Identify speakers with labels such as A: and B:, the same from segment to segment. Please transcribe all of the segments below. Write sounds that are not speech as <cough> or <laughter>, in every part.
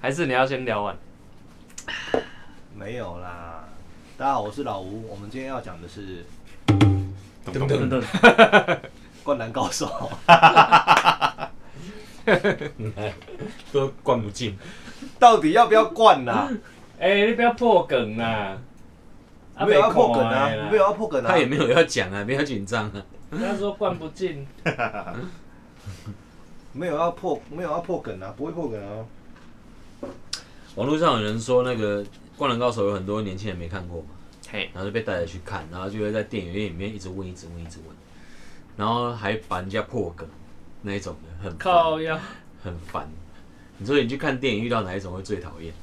A: 还是你要先聊完？
B: 没有啦，大家好，我是老吴，我们今天要讲的是《
C: 噔噔噔噔，
B: 灌篮高手》 <laughs>
C: 都灌不进。
B: 到底要不要灌啊啦、
A: 哎、你不要破梗啦！
B: 没有要破梗
A: 被看哎的
B: 啊，
A: 啦
B: 没有要破梗啊
C: 他。也没有要讲啊，不 <laughs> 要紧张啊。
A: 他说灌不进，
B: 没有要破，没有要破梗啊，不会破梗啊。
C: 网络上有人说那个《灌篮高手》有很多年轻人没看过嘛，
A: 嘿，
C: 然后就被带着去看，然后就会在电影院里面一直问、一直问、一直问，然后还把人家破梗那一种的，很
A: 靠呀！
C: 很烦。你说你去看电影遇到哪一种会最讨厌？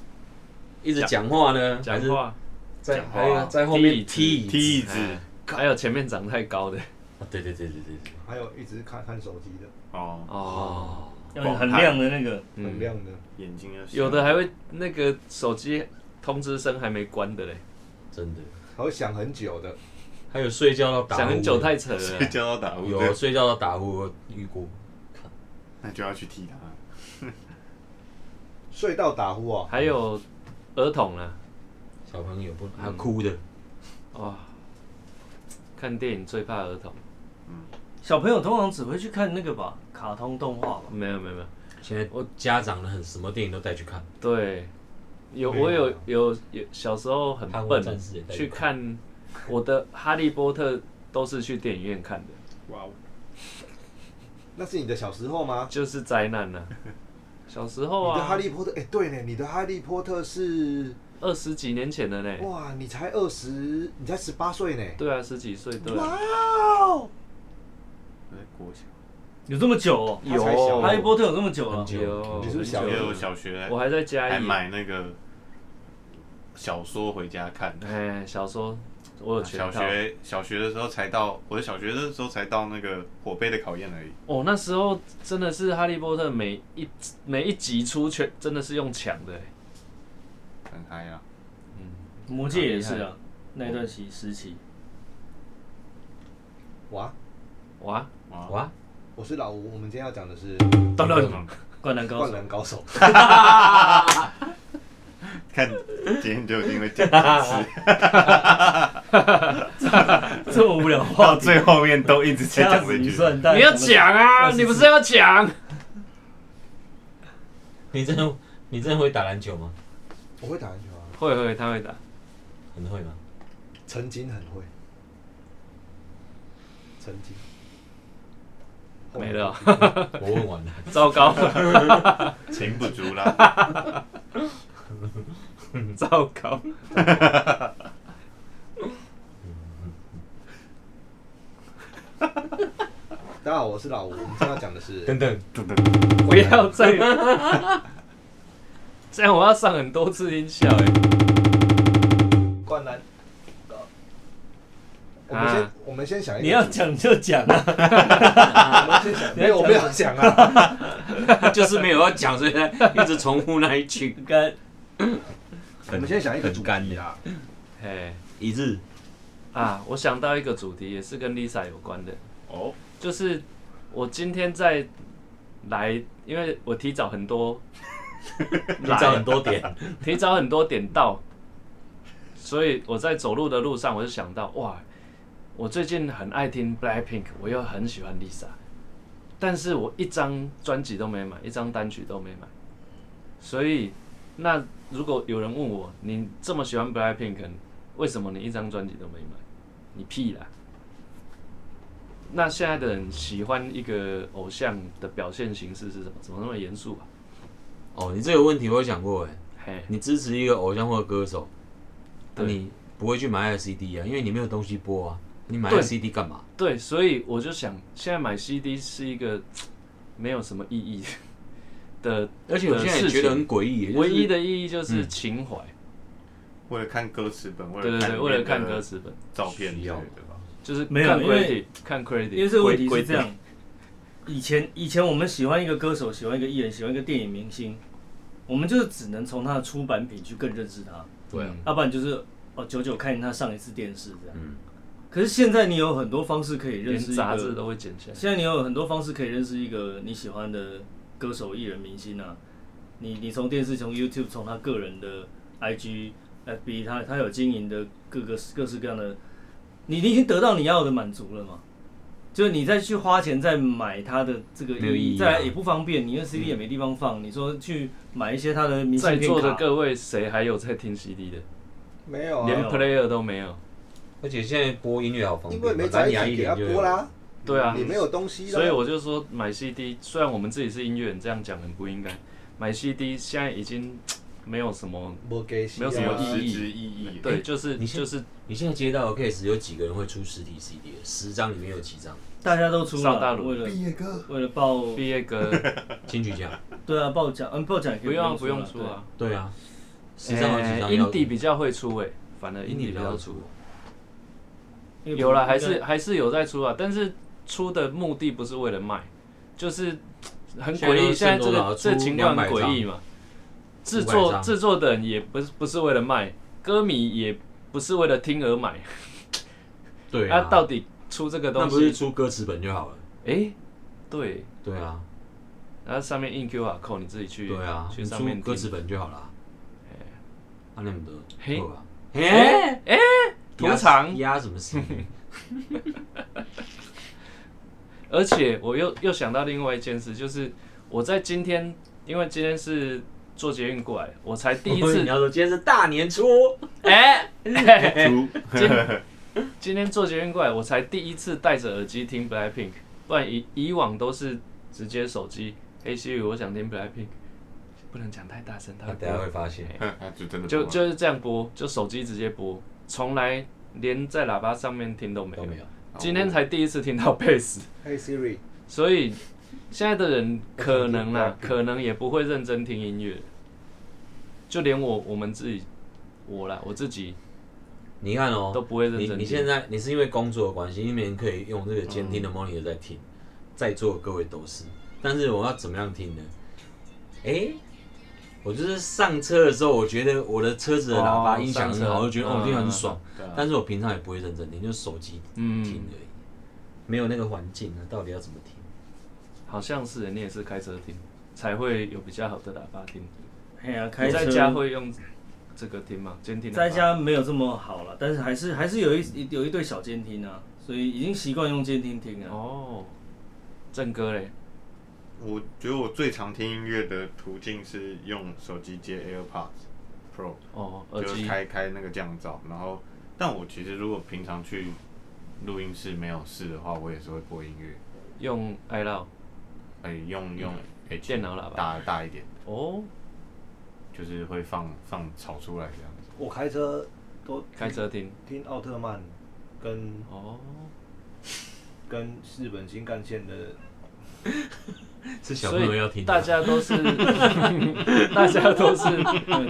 C: 一直讲话呢，还
A: 讲
C: 是
A: 话，
C: 在
A: 讲话
C: 还有在后面
A: 踢
C: 踢
A: 踢
C: 椅
A: 椅子
B: 哎
A: 还有前面长太高的
C: 啊对对对对对对。
B: 还有一直看看手机的，
D: 哦，
A: 哦，
D: 广
E: 很
D: 汉
E: 亮的那个，
A: 嗯
B: 很亮的。
D: 眼睛要
A: 有的还会那个手机通知声还没关的嘞，
C: 真的。
B: 还会想很久的，
C: 还有睡觉到打呼
A: 想
C: 的
A: 很久太扯了
B: <laughs>
D: 被
A: 啦。
D: 叫到打呼，
C: 有
D: 对
C: 睡觉到打呼我遇过，
D: 那就要去踢他。
B: 睡到打呼啊，
A: 还有儿童啊，
C: 小朋友不还有哭的，
A: 哇，看电影最怕儿童。
E: 小朋友通常只会去看那个吧，卡通动画吧。
A: 没有没有没有，
C: 现在我家长很什么电影都带去看，
A: 对，有
B: 没有
A: 我有有有小时候很
C: 捍卫
A: 笨
C: 战士也带
A: 去
C: 去看
A: 看我的《哈利波特》，都是去电影院看的，
D: 哇哦，
B: 那是你的小时候吗？
A: 就是灾难呐、小时候
B: 你的哈
A: 啊，
B: 利波特，哎、对呢，你的哈利波特是
A: 二十几年前的呢。
B: 哇，你才二十，你才十八岁呢。
A: 对啊，十几岁对啊。
B: 哇哦，
D: 我在国小，
E: 有这么久哦？
B: 他才小
A: 有
B: 哦
E: 哈利波特有这么久
C: 很
E: 了？
A: 有
C: 久，
B: 你是不是小
D: 因
B: 时
D: 为
B: 候
D: 我小学
A: 我还在嘉
D: 还
A: 义。
D: 买那个小说回家看。啊
A: 哎，小说我有全
D: 小
A: 套。
D: 学小学的时候才到，我的小学的时候才到那个火杯的考验而已。
A: 哦，那时候真的是《哈利波特》每一每一集出全真的是用抢的欸，
D: 很嗨啊！
E: 魔戒也是啊，那一段期时期。
B: 哇，
A: 哇！
B: 哦
D: 哇，
C: 哇，
B: 我是老吴，我们今天要讲的是
A: 当然，
E: 灌篮高
B: 灌
E: 手，
B: 篮高手。
D: 看今天就一定会讲几次，
E: 这么无聊的话
D: 到
E: 题，
D: 最后面都一直在
E: 掐
D: 讲
E: 指
D: 这
E: 一
D: 句。
E: 算，大概
A: 你要
E: 讲了
A: 讲啊，
E: 20
A: 你不是要讲？
C: 你真的你真的会打篮球吗？
B: 我会打篮球啊，
A: 会会，他会打。
C: 很会
B: <laughs>
C: 吗？
B: 曾经很会，曾经
A: 没了哦， <laughs>
C: 我问完了，
A: 糟 <laughs> 糕，
D: 情不足 <laughs> 啦，
A: 糟糕。
B: 大家好，我
A: <laughs>
B: 是老吴，我们今天要讲的是
C: 等等，
D: 噔噔，
A: 不要 <laughs> 再，这样我要上很多次音效哎、 <laughs>
B: 灌篮。我们
A: 啊
B: 先，我们先想一个，
E: 你要讲就讲啊，
B: 我们先想，没有，我没有想
A: <laughs>
B: 啊。
C: <laughs> 就是没有要讲，所以他一直重复那一句，
E: 该
B: 我们先想一个主
C: 很干
B: 题
C: 的，
B: 啊，
A: 嘿
C: 一日
A: 啊，我想到一个主题，也是跟 Lisa 有关的，
D: 哦，
A: 就是我今天在来，因为我提早很多
B: 啊
C: 你
A: 来
C: 找很多点，
A: 提早很多点到，所以我在走路的路上，我就想到哇，我最近很爱听 Blackpink，我又很喜欢 Lisa，但是我一张专辑都没买，一张单曲都没买，所以那如果有人问我，你这么喜欢 Blackpink，为什么你一张专辑都没买？你屁啦！那现在的人喜欢一个偶像的表现形式是什么？怎么那么严肃啊？
C: 哦，你这个问题我有想过哎，
A: 嘿，
C: 你支持一个偶像或者歌手，
A: 对
C: 你不会去买他的 CD 啊，因为你没有东西播啊，你买他
A: 对
C: 的 CD 干嘛？
A: 对，所以我就想，现在买 CD 是一个没有什么意义的，
C: 而且我现在也觉得很诡异，就是
A: 唯一的意义就是情怀。
D: 为了看歌词本，为
A: 对
D: 了
A: 对
D: 看
A: 对，
D: 里
A: 为了
D: 面
A: 看
D: 的
A: 歌词本，
D: 照片之类
C: 需要
D: 的吧。
A: 就是
E: 没有
A: 看
E: 因为
A: credit，看 credit，
E: 因为这个问题
A: 规
E: 是这，样。以前以前我们喜欢一个歌手，喜欢一个艺人，喜欢一个电影明星，我们就是只能从他的出版品去更认识他，
C: 对啊，
E: 要不然就是哦久久看他上一次电视这样。
C: 嗯
E: 可是现在你有很多方式可以
A: 连
E: 认识一
A: 杂志
E: 个，
A: 都会剪下来。
E: 现在你有很多方式可以认识一个你喜欢的歌手、艺人、明星啊。你你从电视、从 YouTube、从他个人的 IG、FB，他他有经营的各个各式各样的，你你已经得到你要的满足了嘛？就是你再去花钱再买他的这个
C: 没有意义啊
E: 再来也不方便，你那 CD 也没地方放。你说去买一些他的明
A: 在
E: 信片
A: 座的
E: 卡，
A: 各位谁还有在听 CD 的？
B: 没有
A: 连
B: 啊，
A: player 都没有，
C: 而且现在播音乐好方
B: 因
C: 便，
B: 为没
C: 蓝
B: 在一
C: 牙一
B: 起给他
C: 点就有
B: 播啦，
A: 对啊
B: 你，没有东西啦，
A: 所以我就说买 CD，虽然我们自己是音乐人，这样讲很不应该。买 CD 现在已经没有什么，
B: 没给戏
A: 没有什么
B: 啊
A: 意义
D: 实质意义。
A: 对，就是
C: 你先
A: 就是
C: 你现在接到的 case 有几个人会出实体 CD？的十张里面有几
A: <laughs>
C: 张
E: 大家都出
A: 上大
E: 了，
A: 陆
E: 为了
B: 毕业歌，
E: 为了报
A: 毕业歌
C: 金曲奖？
E: 对啊报奖，嗯报奖也可以
A: 不用不
E: 不
A: 用
E: 出
A: 出
E: 啦
A: 啊，
C: 对啊，十张有几张要
A: 哎呃 Indy 比较会出诶、反而
C: indie
A: Indy 比较
C: 出
A: 出。，
E: 对因为
A: 有了，还
E: 应该
A: 是还是有在出啊，但是出的目的不是为了卖，就是很
C: 现在
A: 诡
C: 都
A: 异。
C: 是
A: 现在这
C: 剩多少
A: 个这
C: 出
A: 情况很
C: 200
A: 诡异嘛，制作
C: 张
A: 制作的人也不是不是为了卖，歌迷也不是为了听而买，
C: 对
A: 啊，
C: 啊，
A: 到底出这个
C: 那
A: 东
C: 不是
A: 西，
C: 出歌词本就好了？
A: 诶，对，
C: 对啊，
A: 然后上面印 QR code，你自己去
C: 对啊，
A: 去
C: 你
A: 上
C: 出
A: 面
C: 歌
A: 听。
C: 词本就好了。啊，那么多，
A: 嘿
C: 好吧？哎哎，
A: 土场
C: 压什么事？
A: 而且我又又想到另外一件事，就是我在今天，因为今天是坐捷运过来，我才 <laughs> 第一次
C: 你要说今天是大年初，
A: <laughs> 哎。
C: <laughs>
D: 出
A: <laughs> 今天做捷运过来，我才第一次戴着耳机听 Blackpink，不然以以往都是直接手机。A C 语，我想听 Blackpink，不能讲太大声，他
C: 他啊哎等下
A: 会
C: 会发现。
D: 他就真的啊
A: 就
D: 不
A: 就是这样播，就手机直接播，从来连在喇叭上面听都没有。
C: 都没有哦
A: 今天才第一次听到贝斯，
B: 嘿 Siri，
A: 所以现在的人可能
C: <laughs>
A: 啦，
B: 不想听 Blackpink
A: 可能也不会认真听音乐，就连我我们自己，我啦，我自己
C: 你看哦，
A: 都不会认真
C: 你
A: 听
C: 你现在你是因为工作的关系，因为你可以用这个监听的 monitor 在听，在座各位都是。但是我要怎么样听呢？哎、我就是上车的时候，我觉得我的车子的喇叭
A: 哦
C: 音响很
A: 上
C: 好，
A: 车
C: 我就觉得哦
A: 嗯，
C: 听得很爽。
D: 对啊
C: 但是我平常也不会认真听，就是手机
A: 嗯
C: 听而已，没有那个环境，那到底要怎么听？
A: 好像是你也是开车听，才会有比较好的喇叭听。
E: 嘿啊，开
A: 你在
E: 车
A: 家会用这个听吗？监听喇叭
E: 在家没有这么好了，但是还是还是有一有一对小监听啊，所以已经习惯用监听啊听了。
A: 哦，正哥嘞，
D: 我觉得我最常听音乐的途径是用手机接 AirPods Pro，
A: 哦，耳
D: 就是
A: 机
D: 开开那个降噪，然后但我其实如果平常去录音室没有事的话，我也是会播音乐，
A: 用 i l o
D: 哎、用用 H
A: 嗯电脑喇叭
D: 大大一点，
A: 哦，
D: 就是会放放吵出来这样子。
B: 我开车都
A: 开车听
B: 听奥特曼跟
A: 哦，
B: 跟日本新干线的
C: 是小
A: 所
C: 朋友要
A: 以
C: 听的
A: 大家
C: <laughs>
A: 都是大家都是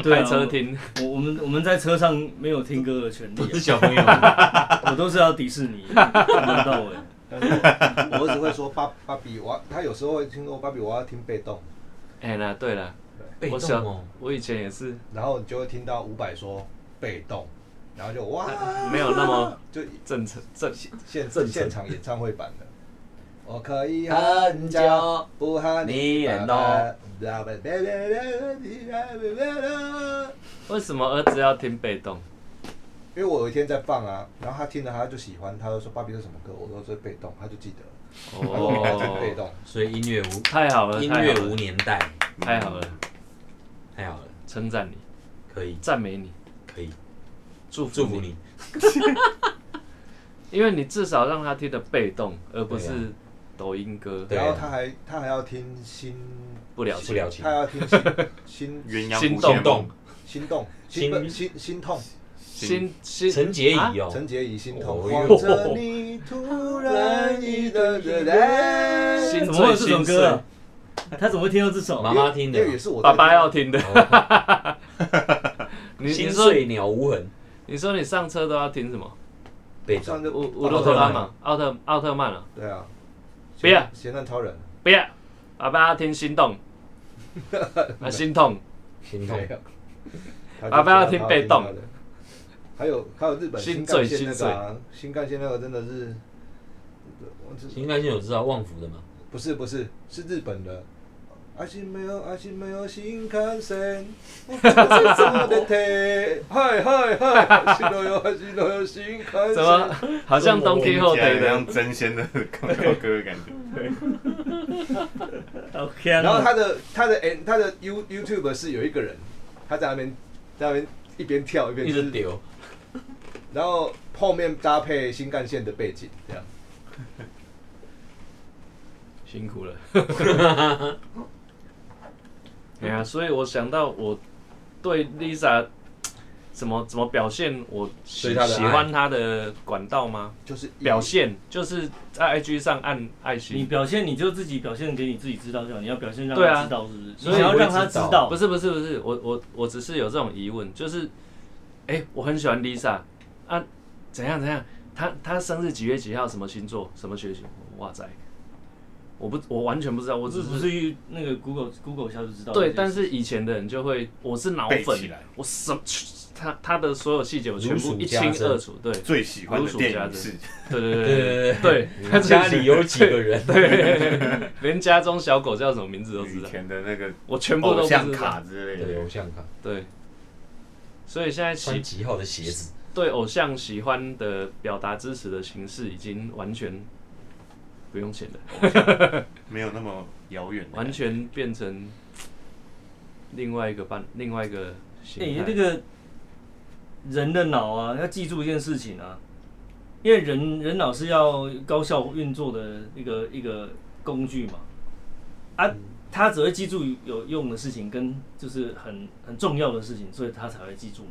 E: 对啊
A: 哦开车听，
E: 我我们我们在车上没有听歌的
A: 嗯
E: 权利
C: 不
E: 啊、
C: 是小
A: <laughs>
C: 朋友，
E: 我都是要迪士尼，从头到哎尾。
B: 但是我我儿子会说芭芭比娃，他有时候会听说芭比娃要听被动，
A: 哎啦，对啦，
C: 被
A: 我
C: 动
A: 小
C: 哦。
A: 我以前也是
B: 然后你就会听到伍佰说被动，然后就哇，
A: 没有那么
B: 就
A: 正常正
B: 现
C: 啊正常
B: 现场演唱会版的。我可以很久不和
C: 你联络哦
A: 为什么儿子要听被动？
B: 因为我有一天在放啊，然后他听了他就喜欢，他就说芭比是什么歌，我说这被动，他就记得了，他说我要听被
A: 哦，
B: 动，
C: 所以音乐无
A: 太好了，
C: 音
A: 太
C: 乐
A: 好
C: 无
A: 了，
C: 年代，
A: 太好了，
C: 太好了，
A: 称赞你，
C: 可以
A: 赞美你，
C: 可以，
A: 祝
C: 祝
A: 福
C: 福
A: 你。
C: 你。
A: 因为你至少让他听得被动，而不
C: 对
A: 是抖音歌。
C: 对啊
B: 然后他还他还要听新，
A: 不了
C: 不
A: 解，
C: 了解
B: 他，要听新 <laughs> 新
D: 鸳鸯
A: 心
D: 蝴
A: 动
D: 蝶
C: 动
D: 梦，
B: 心动
C: 心
B: 心不心心痛，
A: 心心
C: 陈洁
A: 啊
C: 仪哦，
B: 陈洁仪心痛，
A: 哎
C: 哦哟
B: 望着你突然一个人，
A: 心
E: 怎么会有这种歌啊
A: 最？
E: 他怎么会听到这首？
C: 妈妈听的
B: 因，为也是我在
A: 爸爸要
B: 听
A: 听的。
C: 哦
A: 你你
C: 心
A: 说
C: 碎鸟无痕，
A: 你说你上车都要听什么？
C: 被
B: 上就
C: 动
A: 乌乌
B: 奥
A: 鲁
B: 特
A: 特
B: 曼
A: 拉嘛，奥特奥特曼啊，
B: 对啊，
A: 不要
B: 咸蛋超人，
A: 不要，爸爸要听心动，
C: <laughs>
A: 啊心痛，
C: 心痛
B: 没，有
A: 爸爸要听被动。
B: 还有还有日本
A: 心
B: 新
A: 醉
B: 干线那个啊，新干线那个真的是，我只
C: 应该是有知道旺福的嘛？
B: 不是不是是日本的，爱心没有，爱心没有新干线，我坐的铁，嗨嗨嗨，心都有，爱心都有新干线。
A: 怎么
C: <laughs>
A: 好像 Donkey
D: 听
A: Hole
D: 起来
A: y
D: 很像
A: 的？
D: 真仙的 <laughs> 广告歌的感觉。
A: <laughs>
E: 好香
B: 然后他
E: 哦！
B: 的他的 N 他的 You YouTube 是有一个人，他在那边在那边一边跳一边
A: 啊
C: 一直
B: 吃
C: 丢，
B: 然后后面搭配新干线的背景这样。
A: 辛苦了。哎呀，所以我想到我对 Lisa 怎么怎么表现我喜
C: 对她的爱
A: 喜欢她的管道吗？
B: 就是以
A: 表现就是在 IG 上按爱
E: 你
A: 心，
E: 表现你就自己表现给你自己知道就好，你要表现让
A: 对啊
E: 他知道是不是？
A: 所
E: 你
A: 以
E: 想要
C: 我也
E: 让他
C: 知道
E: 道
A: 不，是不是不是，我我我只是有这种疑问，就是哎、我很喜欢 Lisa 啊，怎样怎样，她她生日几月几号，什么星座，什么血型，哇塞，我不我完全不知道，我
E: 我
A: 只
E: 这
A: 是
E: 不是那个 Google Google 一下就知道这件
A: 对，
E: 事。
A: 但是以前的人就会，我是脑
D: 背起
A: 粉
D: 来，
A: 我什么他他的所有细节我全
C: 如
A: 部
C: 数
A: 一
C: 家
A: 清
C: 珍
A: 二楚，对对
D: 最喜欢的电影是，
A: 对
C: 对
A: 对
C: 对
A: 对对，他
C: 对，家里有几个人？
A: 对， <laughs> 连家中小狗叫什么名字都知
D: 以
A: 道，
D: 前的那个
A: 我全部都
D: 偶
A: 不
D: 像
A: 知
D: 卡
A: 道，
D: 之类
C: 对，
D: 的
C: 偶。像卡，
A: 对，所以现在
C: 穿
A: 喜
C: 几号的鞋子？
A: 对偶像喜欢的表达支持的形式已经完全不用钱了，
D: 没有那么遥远的感
A: 完
D: 觉，
A: 全变成另外一个办另外一个形
E: 哎、
A: 态。
E: 这个人的脑啊，要记住一件事情啊，因为人人脑是要高效运作的一个一个工具嘛，啊，
A: 嗯
E: 他只会记住有用的事情跟就是很很重要的事情，所以他才会记住嘛。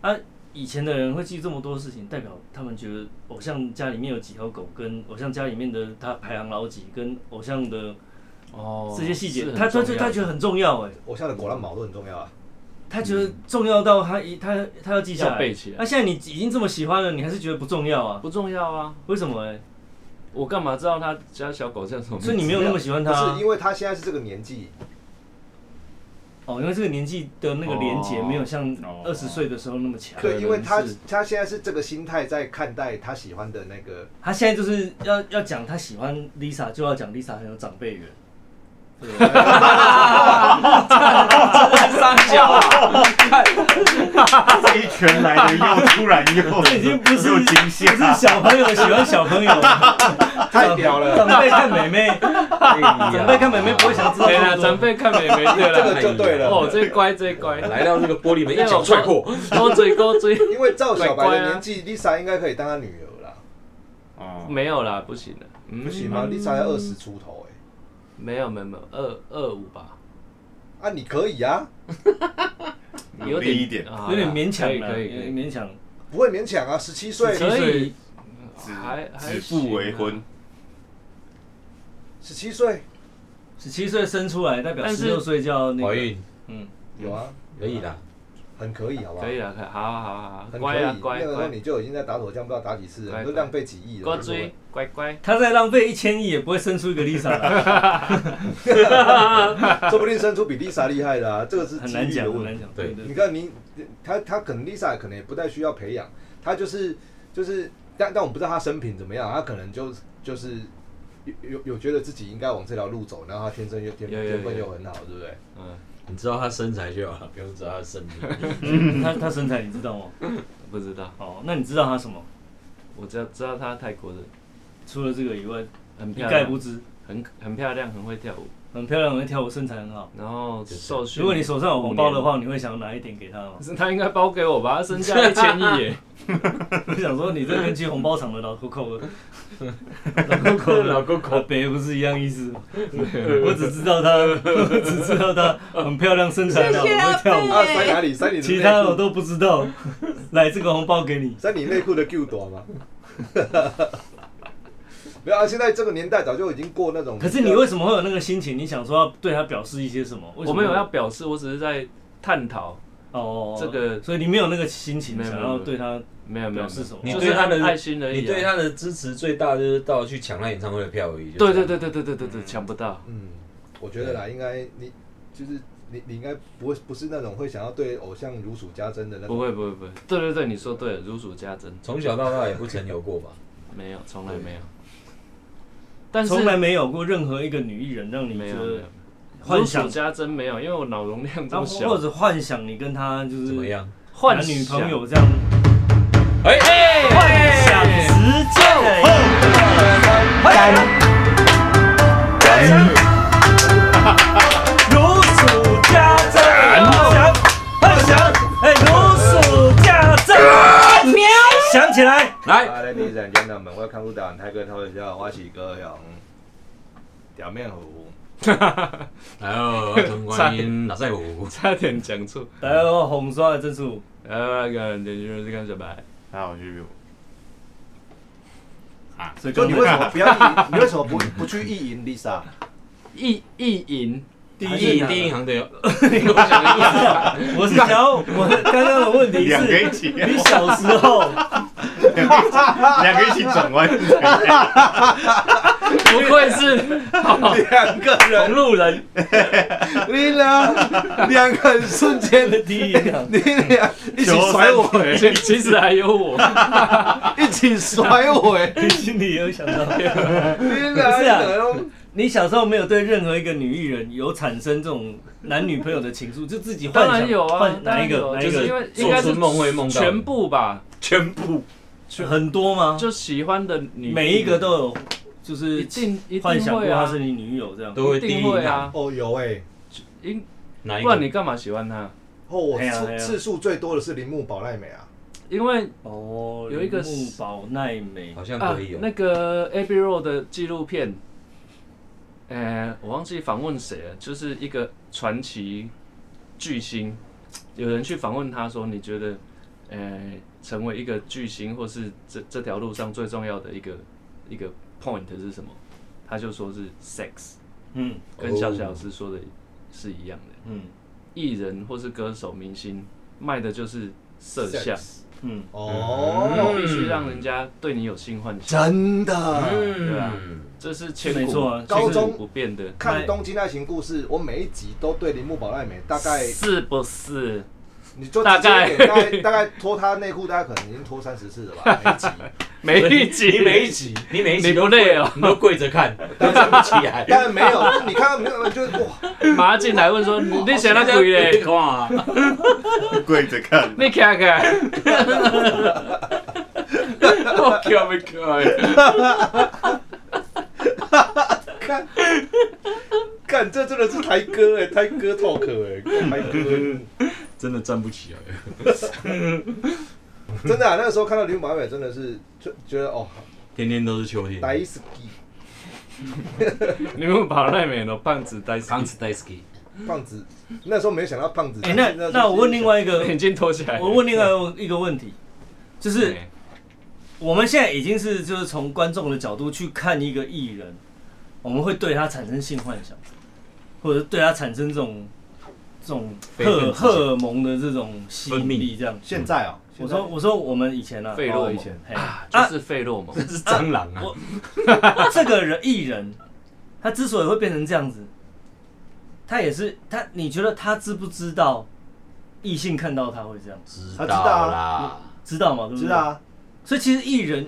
E: 啊，以前的人会记这么多事情，代表他们觉得偶像家里面有几条狗，跟偶像家里面的他排行老几，跟偶像的
A: 哦
E: 这些细节，
A: 是很
E: 他他
A: 重
E: 就
A: 要
E: 他
A: 的
E: 觉得很重要哎、
B: 偶像的果然毛都很重要啊。
E: 他觉得重要到他一他他要记下
A: 要
E: 来，
A: 背起来
E: 那、现在你已经这么喜欢了，你还是觉得不重要啊？
A: 不重要啊。
E: 为什么、欸？
A: 我干嘛知道他家小狗叫什么名字？
E: 所以你没有那么喜欢他、
B: 不是因为他现在是这个年纪，
E: 哦，因为这个年纪的那个连结没有像
D: 哦
E: 二十岁的时候那么强。
A: 可能
B: 对，因为他
A: 是
B: 他现在是这个心态在看待他喜欢的那个，
E: 他现在就是要要讲他喜欢 Lisa，就要讲 Lisa 很有长辈缘。
A: 三
E: 啊
A: 角，
D: 这一拳来的又突然又，
E: 这已经不是
D: 又惊
E: 不是
D: 吓，
E: 小朋友喜欢小朋友，
B: <laughs> 太屌了。哎
E: 长辈看妹妹，长
C: 长
E: 辈看妹妹不会想知道
A: 对啦，
E: 这么
A: 长
E: 多。
A: 辈看美眉对
B: <laughs> 这
A: 啦。
B: 个就对了，
A: 哦，这乖这乖，
C: 来到这个玻璃
A: <laughs>
C: 门一脚踹破，
A: 勾嘴勾嘴，
B: 因为赵小白
A: 乖乖
B: 的
A: 啊
B: 年纪，Lisa 应该可以当他女儿啦，
D: 哦，
A: 没有啦，不行的，嗯
B: 不行吗？Lisa 才二十出头哎，
A: 没有没有没有，二二五吧，
B: 啊，你可以啊，
A: 有
D: 努
A: 点
D: 力一点，
A: 啊
E: 有点勉强
A: 可以
E: 了，
A: 可以
E: 有
A: 可
E: 点
A: 以
E: 勉强。
B: 不会勉强啊，十七岁，
A: 可
E: 所
A: 以
E: 以，
D: 指
A: 还还
D: 指
A: 行
D: 腹为
A: 啊
D: 婚，
B: 十七岁
E: 十七岁生出来，代表
A: 但是
E: 十六岁就要那个
C: 怀孕
E: 嗯，
B: 有啊，
C: 可以啦，
B: 很可以，好不好？
A: 可以啊，可以，好好好好，
B: 很可
A: 乖
B: 以
A: 啊，乖
B: 那个时候
A: 乖，
B: 你就已经在打手枪，不知道打几次
A: 乖
B: 了，你都浪费几亿了。
A: 乖
B: 对不对
A: 追乖乖，
E: 他再浪费一千亿也不会生出一个 Lisa 来，
B: 说不定生出比 Lisa 厉害的啊，这个是
E: 很
B: 几
E: 难
B: 率的
E: 讲，很
B: 问
E: 难
B: 题。
E: 讲。
C: 对
E: 对
B: 你
E: 对，
B: 看你，他他可能 Lisa 可能也不太需要培养，他就是就是，但但我们不知道他生平怎么样，他可能就就是有有有觉得自己应该往这条路走，然后他天生又天
A: 有有有
B: 天分又很好，对不对？
A: 嗯，
C: 你知道他身材就好了，不用知道他身体。
E: 他他身材你知道吗？
A: 不知道，
E: 哦，那你知道他什么？
A: 我知道知道她泰国人，
E: 除了这个以外，
A: 很
E: 一
A: 漂
E: 概不
A: 亮，
E: 知。
A: 很很漂亮，很会跳舞，
E: 很漂亮，很会跳舞，身材很好。
A: 然后受训，
E: 如果你手上有红包的话，你会想要拿一点给他吗
A: 可？是他应该包给我吧？他身价一千亿耶！
E: <laughs> 我想说，你这跟去红包厂的老扣扣的，老扣扣的
C: 老扣扣
E: 阿伯不是一样意思吗？我只知道他， <laughs> 我只知道他很漂亮，身材好，
F: 谢谢阿伯
E: 会跳舞，
B: 啊，塞哪里？塞你的
E: 其
B: 内
E: 他
B: 裤
E: 我都不知道。来，这个红包给你。
B: 在你内裤的 Q 短吗？ <laughs> 没有啊，现在这个年代早就已经过那种。
E: 可是你为什么会有那个心情？你想说要对他表示一些什么？为什
A: 我
E: 么
A: 没有要表示，我只是在探讨，
E: 哦，
A: 这个
E: 所以你没有那个心情
A: 没有
E: 想
A: 没有
E: 要对他
A: 没有没有，
E: 表示什么？
C: 你
A: 就
C: 对
A: 是
C: 他的
A: 爱心而已啊
C: <laughs> 你对他的支持最大就是到去抢他演唱会的票而已。就
A: 对
C: 是
A: 对对对对对对对，抢不到，
B: 嗯，我觉得啦，应该你就是你，你应该不会不是那种会想要对偶像如数家珍的那
A: 不
B: 种。
A: 会不会不会，对对对，你说对了，如数家珍，
C: 从小到大也不曾有过吧？
A: 没有从来没有，但是
E: 从来没有过任何一个女艺人让你
A: 没
E: 觉
A: 有没有
E: 得幻想
A: 如数家珍没有，因为我脑容量这
E: 然
A: 么
E: 后
A: 小。
E: 或者幻想你跟他就是
C: 怎么样？
A: 幻
E: 男
A: 想？
E: 女朋友这样
C: 哎哎，
E: 幻想时间的一个感感如数家珍，幻想幻想，哎，如数家珍，喵，想起来，
C: 来，
B: Hi, ladies and gentlemen, welcome to the Tiger Talk Show. 我是高雄表面虎。
C: 来哦，同观 <laughs> 音哪在舞
A: 差点讲错。
E: 来哦，红刷的真数，
A: 呃，那个就是跟小白，
D: 那我去啊，
E: 所以
B: 就
E: 刚
B: 你
E: 才
B: 为什么不要意淫？你为什么不不去意淫
E: <laughs>
B: Lisa？
A: 意意淫，
E: 第
C: 还
E: 一
C: 是
E: 印啊
C: 第一银行的哟，
E: 我是想要我的刚刚的问题
D: 两个一
E: 是，
D: 起，
E: 你小时候
D: 两个一起转弯，
A: 不愧是
E: 哦
B: 两个
A: 同
B: 人，
A: 路人，
B: <laughs> 你呢？两个人瞬间，
E: 的第一印象，
B: 你俩一起甩尾，
A: 其其实还有我，
E: 啊
B: 一起甩尾，
E: 你心里有想到？
B: 你俩
E: 不是啊
B: 两个人
E: <laughs> 你小时候没有对任何一个女艺人有产生这种男女朋友的情愫，就自己
A: <laughs> 当
E: 幻想
A: 然有啊
E: 幻，
A: 当
E: 哪
A: 然
E: 一个
A: 有
E: 哪
A: 就
E: 一
A: 是因
E: 个
A: 为应该是
C: 做春梦会梦到的
A: 全部吧，
C: 全部
E: 很多吗？
A: 就喜欢的女，
E: 每一个都有，就是
A: 一定一定
E: 幻想过
A: 会啊
E: 她是你女友这样。
C: 都会
A: 一
C: 第一
A: 定
C: 银
A: 会
C: 行
A: 啊，
B: 哦，有哎。
A: 因
C: 哪一
A: 不然你
C: 个？
A: 干嘛喜欢他？
B: 哦，我
E: 哎呀哎
B: 次
E: 呀
B: 次数最多的是铃木保奈美啊，
A: 因为
E: 哦，
A: 有一个
E: 铃木保奈美
C: 好像
A: 啊
C: 可以哦有，
A: 那个 Abbey Road 的纪录片，呃，我忘记访问谁了，就是一个传奇巨星，有人去访问他说，你觉得，呃，成为一个巨星或是这这条路上最重要的一个一个 point 是什么？他就说是 sex，
E: 嗯
C: 哦
A: 跟小小老师说的是一样的。
E: 嗯
A: 艺人或是歌手、明星卖的就是色相，
B: Sex
E: 嗯，
A: 那我
B: 哦，
A: 必须让人家对你有性幻想。
B: 真的。
A: 对啊
C: 嗯，
A: 这是千古
E: 没错啊
A: 千古
B: 高中
A: 不变的，
B: 看《东京爱情故事》，我每一集都对铃木保奈美大概，
A: 是不是？
B: 你就
A: 大
B: 直接
A: 概
B: 一点大概大概脱她内裤，大概可能已经脱三十次了吧，每
A: 每
B: 一集。
A: 一集
C: 你每一集，你每一集
A: 你不
C: 都
A: 累哦
C: 你都跪
A: <laughs>
C: 着看，都站不起来。
B: 当然没有，你看到没有？就是哇，
A: 马上进来问说：“你你想那鬼
C: 你 <laughs>
A: 嘞？
C: 看啊，
D: 跪着看，
A: 你看看，
C: 我靠没看？
B: 看，看这真的是台哥哎，台哥 talk 哎，台哥，
C: 真的站不起来。
B: 真的啊，那个时候看到铃木保奈美真的是就觉得哦，
C: 天天都是秋天。
B: 大好き，
A: 你们跑那美了，胖子呆
E: <laughs>
A: 死
C: 康，斯戴斯基，
B: 胖子，那时候没想到胖子。
E: 哎，那
B: 时候
E: 那我问另外一个，
A: 眼镜脱下来。”
E: 我问另外一个问题，就是
A: 哎
E: 我们现在已经是就是从观众的角度去看一个艺人，我们会对他产生性幻想，或者对他产生这种这种
C: 非分之
E: 荷
C: 想
E: 荷尔蒙的这种吸引力这样。
B: 现在哦，
E: 我说我说我们以前啊，
A: 费洛
B: 哦以
A: 蒙
B: 前
E: 嘿
A: 啊，就
E: 啊
A: 是费洛蒙
C: 这，是蟑螂啊！
E: 我这个人艺人，他之所以会变成这样子，他也是他，你觉得他知不知道异性看到他会这样，
C: 知
B: 他知道啊
C: 道啦，
E: 知道吗？对不
B: 知
E: 对？
B: 道啊，
E: 所以其实艺人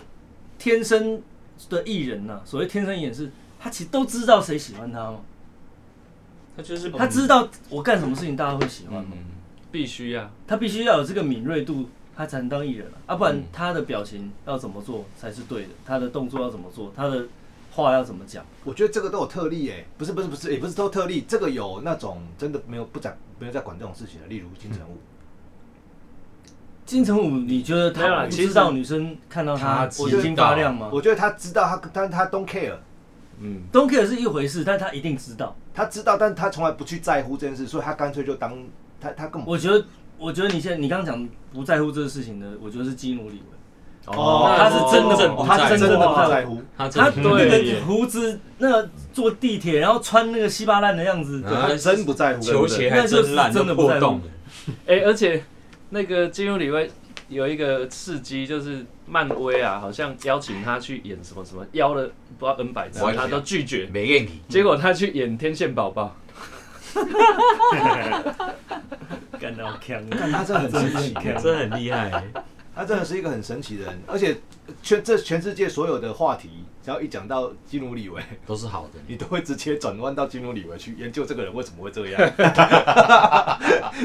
E: 天生的艺人呐、所谓天生艺人是，他其实都知道谁喜欢他嘛，
C: 他就是
E: 他知道我干什么事情大家会喜欢
A: 嗯
E: 嘛，，
A: 必须啊，
E: 他必须要有这个敏锐度，他才能当艺人啊，啊不然
A: 嗯
E: 他的表情要怎么做才是对的，他的动作要怎么做，他的话要怎么讲，
B: 我觉得这个都有特例哎、不是不是不是，也不是都特例，这个有那种真的没有不讲没有在管这种事情的，例如金城武，
E: 金城武，你觉得
A: 没有啦
E: 他不
A: 其实
E: 知道女生看到
C: 他
E: 他
C: 知
E: 眼睛
C: 道
E: 发亮吗
B: 我觉得他知道他，但他 don't care，
A: 嗯，
E: ？Don't care 是一回事，但他一定知道。
B: 他知道，但他从来不去在乎这件事，所以他干脆就当他他根本
E: 我觉得，我觉得你现在你刚刚讲不在乎这个事情的，我觉得是基努里维，
B: 哦
E: 他是真的
C: 不
B: 他
C: 在
B: 真
C: 乎
B: 的不在乎，
C: 他
E: 他啊
C: 真的
A: 对
E: 那
A: 耶
E: 个胡子，那个坐地铁然后穿那个稀巴烂的样子，
C: 嗯
A: 啊
B: 他真不在乎
C: 球鞋还真烂，都破洞了。
A: 哎，而且那个金庸里威有一个刺激，就是漫威啊，好像邀请他去演什么什么，邀了不知道 N 百次
C: 我，也
A: 他都拒绝，
C: 没愿意，
A: 结果他去演天线宝
B: 嗯
A: 宝，
E: 干到强，
B: 但他真的很神奇，
E: 强
C: <laughs> 真的很厉害。
B: 他真的是一个很神奇的人，而且全这全世界所有的话题，只要一讲到基努里维，
C: 都是好的。
B: 你都会直接转弯到基努里维去研究这个人为什么会这样。 <laughs>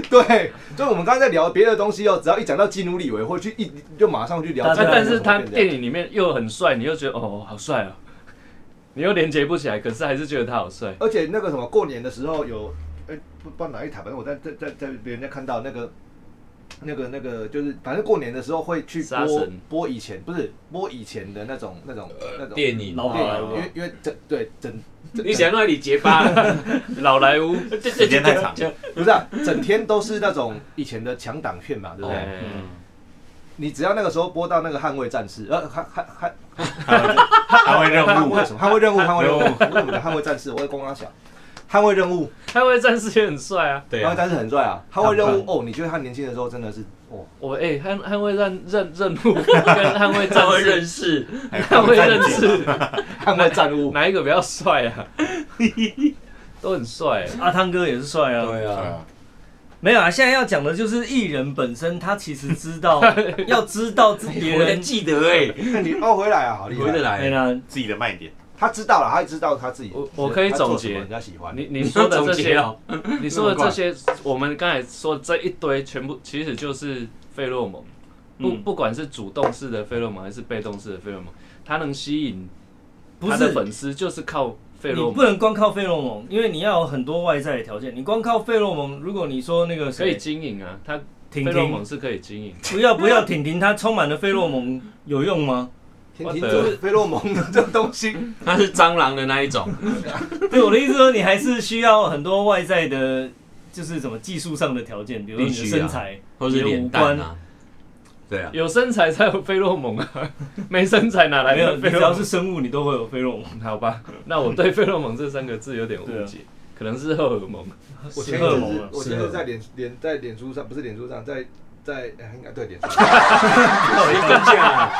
B: 对，就是我们刚才在聊别的东西哦，只要一讲到基努里维，会去一就马上去聊
E: 但
B: 这
E: 是
B: 个
A: 啊，
B: 人
A: 但
B: 为什
A: 是
B: 么会
A: 他
B: 变这样。
A: 电影里面又很帅，你又觉得哦好帅哦，你又连接不起来，可是还是觉得他好帅。
B: 而且那个什么，过年的时候有，呃、不不知道哪一台，反正我在在在在别人家看到那个，那个那个，就是反正过年的时候会去
A: 杀
B: 播
A: 神
B: 播以前，不是播以前的那种那种那种
C: 电影，啊
E: 老
B: 电
E: 好莱
B: 影，
E: 坞
B: 因为因为整对整
C: <laughs> 你想到你结巴了，
A: <laughs> 老莱坞，
D: 时间太长，
B: 不是、啊、整天都是那种以前的强档片嘛，对不对？
A: 哎
B: 你只要那个时候播到那个捍卫战士，呃，捍捍捍
D: 还会任
B: 捍
D: 务
B: 卫什么？捍卫任务，捍卫任务，为什么叫捍卫战士？我会公阿小。捍卫任务，
A: 捍卫战士也很帅啊。
C: 对
B: 捍
C: 啊
B: 卫，战士很帅啊！捍卫任务
C: 好
B: 哦，你觉得他年轻的时候真的是哦，
A: 我哎，捍捍卫战任任务跟捍卫
C: 他
A: 战
C: 会
A: 士，
C: 认识，啊
A: 捍卫战士
B: 捍卫战务，
A: 哪一个比较帅啊？都很帅。
E: 阿汤哥也是帅啊，
C: 对
D: 对
C: 啊，
D: 啊，
E: 没有啊，现在要讲的就是艺人本身，他其实知
A: <laughs>
E: 道要知道自哎别
C: 我还
E: 人。
C: 记得哎，
B: 你凹回来啊，好厉
C: 回得
B: 害！
C: 来，
E: 对啦，
D: 自己的卖点，
B: 他知道了，他知道他自己。
A: 我我可以
B: 他做
A: 总
B: 什么
A: 结
B: 人家喜欢
A: 你你说的这
C: 总结
A: 些，
C: 哦
A: 你说的这些，我们刚才说的这一堆，全部其实就是费洛蒙，不
E: 嗯
A: 不管是主动式的费洛蒙还是被动式的费洛蒙，它能吸引
E: 不
A: 他的
E: 是
A: 粉丝就是靠费
E: 你
A: 洛
E: 不
A: 蒙，
E: 能光靠费洛蒙，因为你要有很多外在的条件。你光靠费洛蒙，如果你说那个
A: 可以
E: 谁，
A: 经营啊，他费
E: 婷
A: 洛蒙
E: 婷，
A: 是可以经营。
E: 不要不要，婷婷她充满了费洛蒙，有用吗？
B: 天庭就是菲洛蒙的这个东西，
C: 他是蟑螂的那一种，
E: 对我的意思说，你还是需要很多外在的，就是什么技术上的条件，比如说你的
C: 必须啊
E: 身材，
C: 或是脸蛋啊，对啊，
A: 有身材才有费洛蒙啊， <laughs> 没身材哪来
E: 没有，
A: 的
E: 你
A: 费
E: 只
A: 洛
E: 要
A: 蒙
E: 是？生物，你都会有费洛蒙。
A: 好吧，那我对费洛蒙这三个字有点误 <laughs> 解，可能是荷尔蒙。
B: <laughs>
A: <laughs>
B: 我
E: 是
B: 前一
E: 荷尔
B: 阵
E: 蒙
B: 子
E: 啊，
B: 我
C: 是
B: 前一
C: 荷
B: 阵子在
C: 尔蒙
B: 脸脸在脸书上，不是脸书上，在在哎应该对脸书上，
C: 等一下，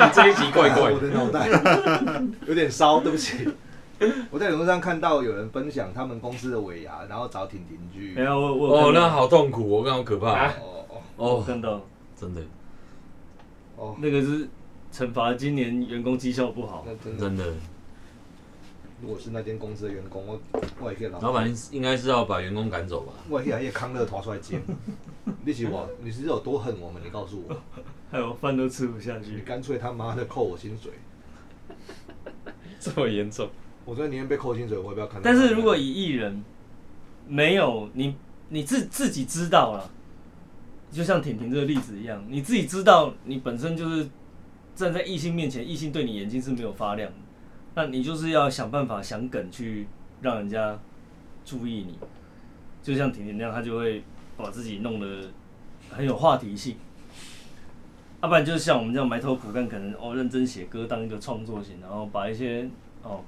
C: <laughs> 你这一集怪怪
B: 我
C: 的，
B: 的脑袋 <laughs> 有点烧，对不起。 <laughs> 我在脸书上看到有人分享他们公司的尾牙，然后找婷婷去。
E: 没有，我我有
C: 哦，
E: 看到
C: 那好痛苦，我刚好可怕，
B: 哦哦
E: 我
C: 哦，
E: 看到
C: 真的，
B: 哦，
E: 那个是惩罚今年员工绩效不好。
B: 那真的，
C: 真的，
B: 如果是那间公司的员工，我我也可以老
C: 老板应该是要把员工赶走吧？
B: 我也可以康乐团出来接。你是我，你是有多恨我们？你告诉我。
E: 害我饭都吃不下
B: 你
E: 去。
B: 干脆他妈的扣我薪水，
A: 这么严重？
B: 我真的宁愿被扣薪水，我也不要看到他
E: 但
B: 们。
E: 是如果以艺人，没有你你自自己知道了，就像婷婷这个例子一样，你自己知道你本身就是站在异性面前，异性对你眼睛是没有发亮的，那你就是要想办法想梗去让人家注意你，就像婷婷那样，她就会把自己弄得很有话题性。啊要、不然就是像我们这样埋头苦干，可能哦认真写歌当一个创作型，然后把一些哦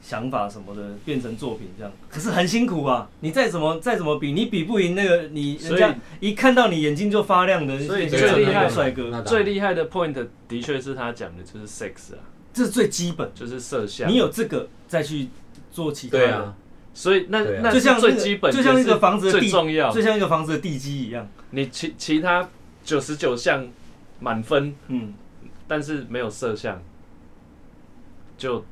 E: 想法什么的变成作品这样，可是很辛苦啊！你再怎么再怎么比，你比不赢那个你人
A: 所以
E: 家一看到你眼睛就发亮的，
A: 所以
E: 就
A: 最
E: 是
A: 厉
E: 那
A: 害
E: 个
A: 的
E: 帅哥，
C: 啊那当然
A: 最厉害的 point 的确是他讲的，就是 sex 啊，
E: 这是最基本。
A: 就是色相。
E: 你有这个再去做其他
C: 对
E: 的
C: 啊，，
A: 所以那、
C: 对啊
A: 那
E: 就是像那
A: 最
E: 个
A: 基本，
E: 就像
A: 也
E: 一个
A: 是
E: 房子的
A: 最
E: 地
A: 重要
E: 就。像一个房子的地基一样。
A: 你其其他九十九项满分，
E: 嗯，
A: 但是没有色相，就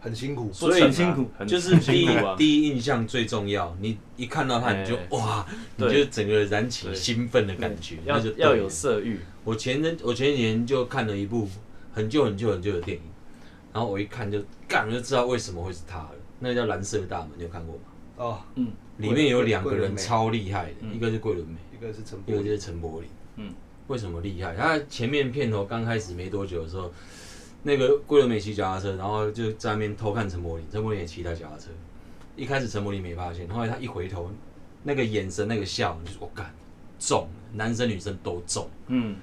B: 很辛苦，
A: 不
C: 所以
A: 成啊
E: 很辛苦
A: 很
C: 就是
A: 很
C: 第
A: 辛
C: 一
A: 苦啊。
C: <laughs> 第一印象最重要，你一看到他你就
A: 哎
C: 哇，你
A: 对
C: 就整个燃起
A: 对
C: 兴奋的感觉，
A: 要
C: 那就对
A: 要
C: 了
A: 有色欲， <laughs>
C: 我前阵我前几年就看了一部很旧很旧很旧的电影，然后我一看就干，我就知道为什么会是他了。那个叫《蓝色大门》，你有看过吗？
B: 哦，
C: 里面有两个
B: 桂纶
C: 人
B: 镁
C: 超厉害的，
E: 嗯
C: 一个是桂纶镁，
B: 一个是陈
C: 一
B: 柏
C: 个就
B: 霖，
C: 是陈柏霖。
E: 嗯
C: 嗯，为什么厉害？他前面片头刚开始没多久的时候，那个桂纶镁骑脚踏车，然后就在那边偷看陈柏霖，陈柏霖也骑他脚踏车。一开始陈柏霖没发现，后来他一回头，那个眼神那个笑，就是我干中了，男生女生都中。
E: 嗯，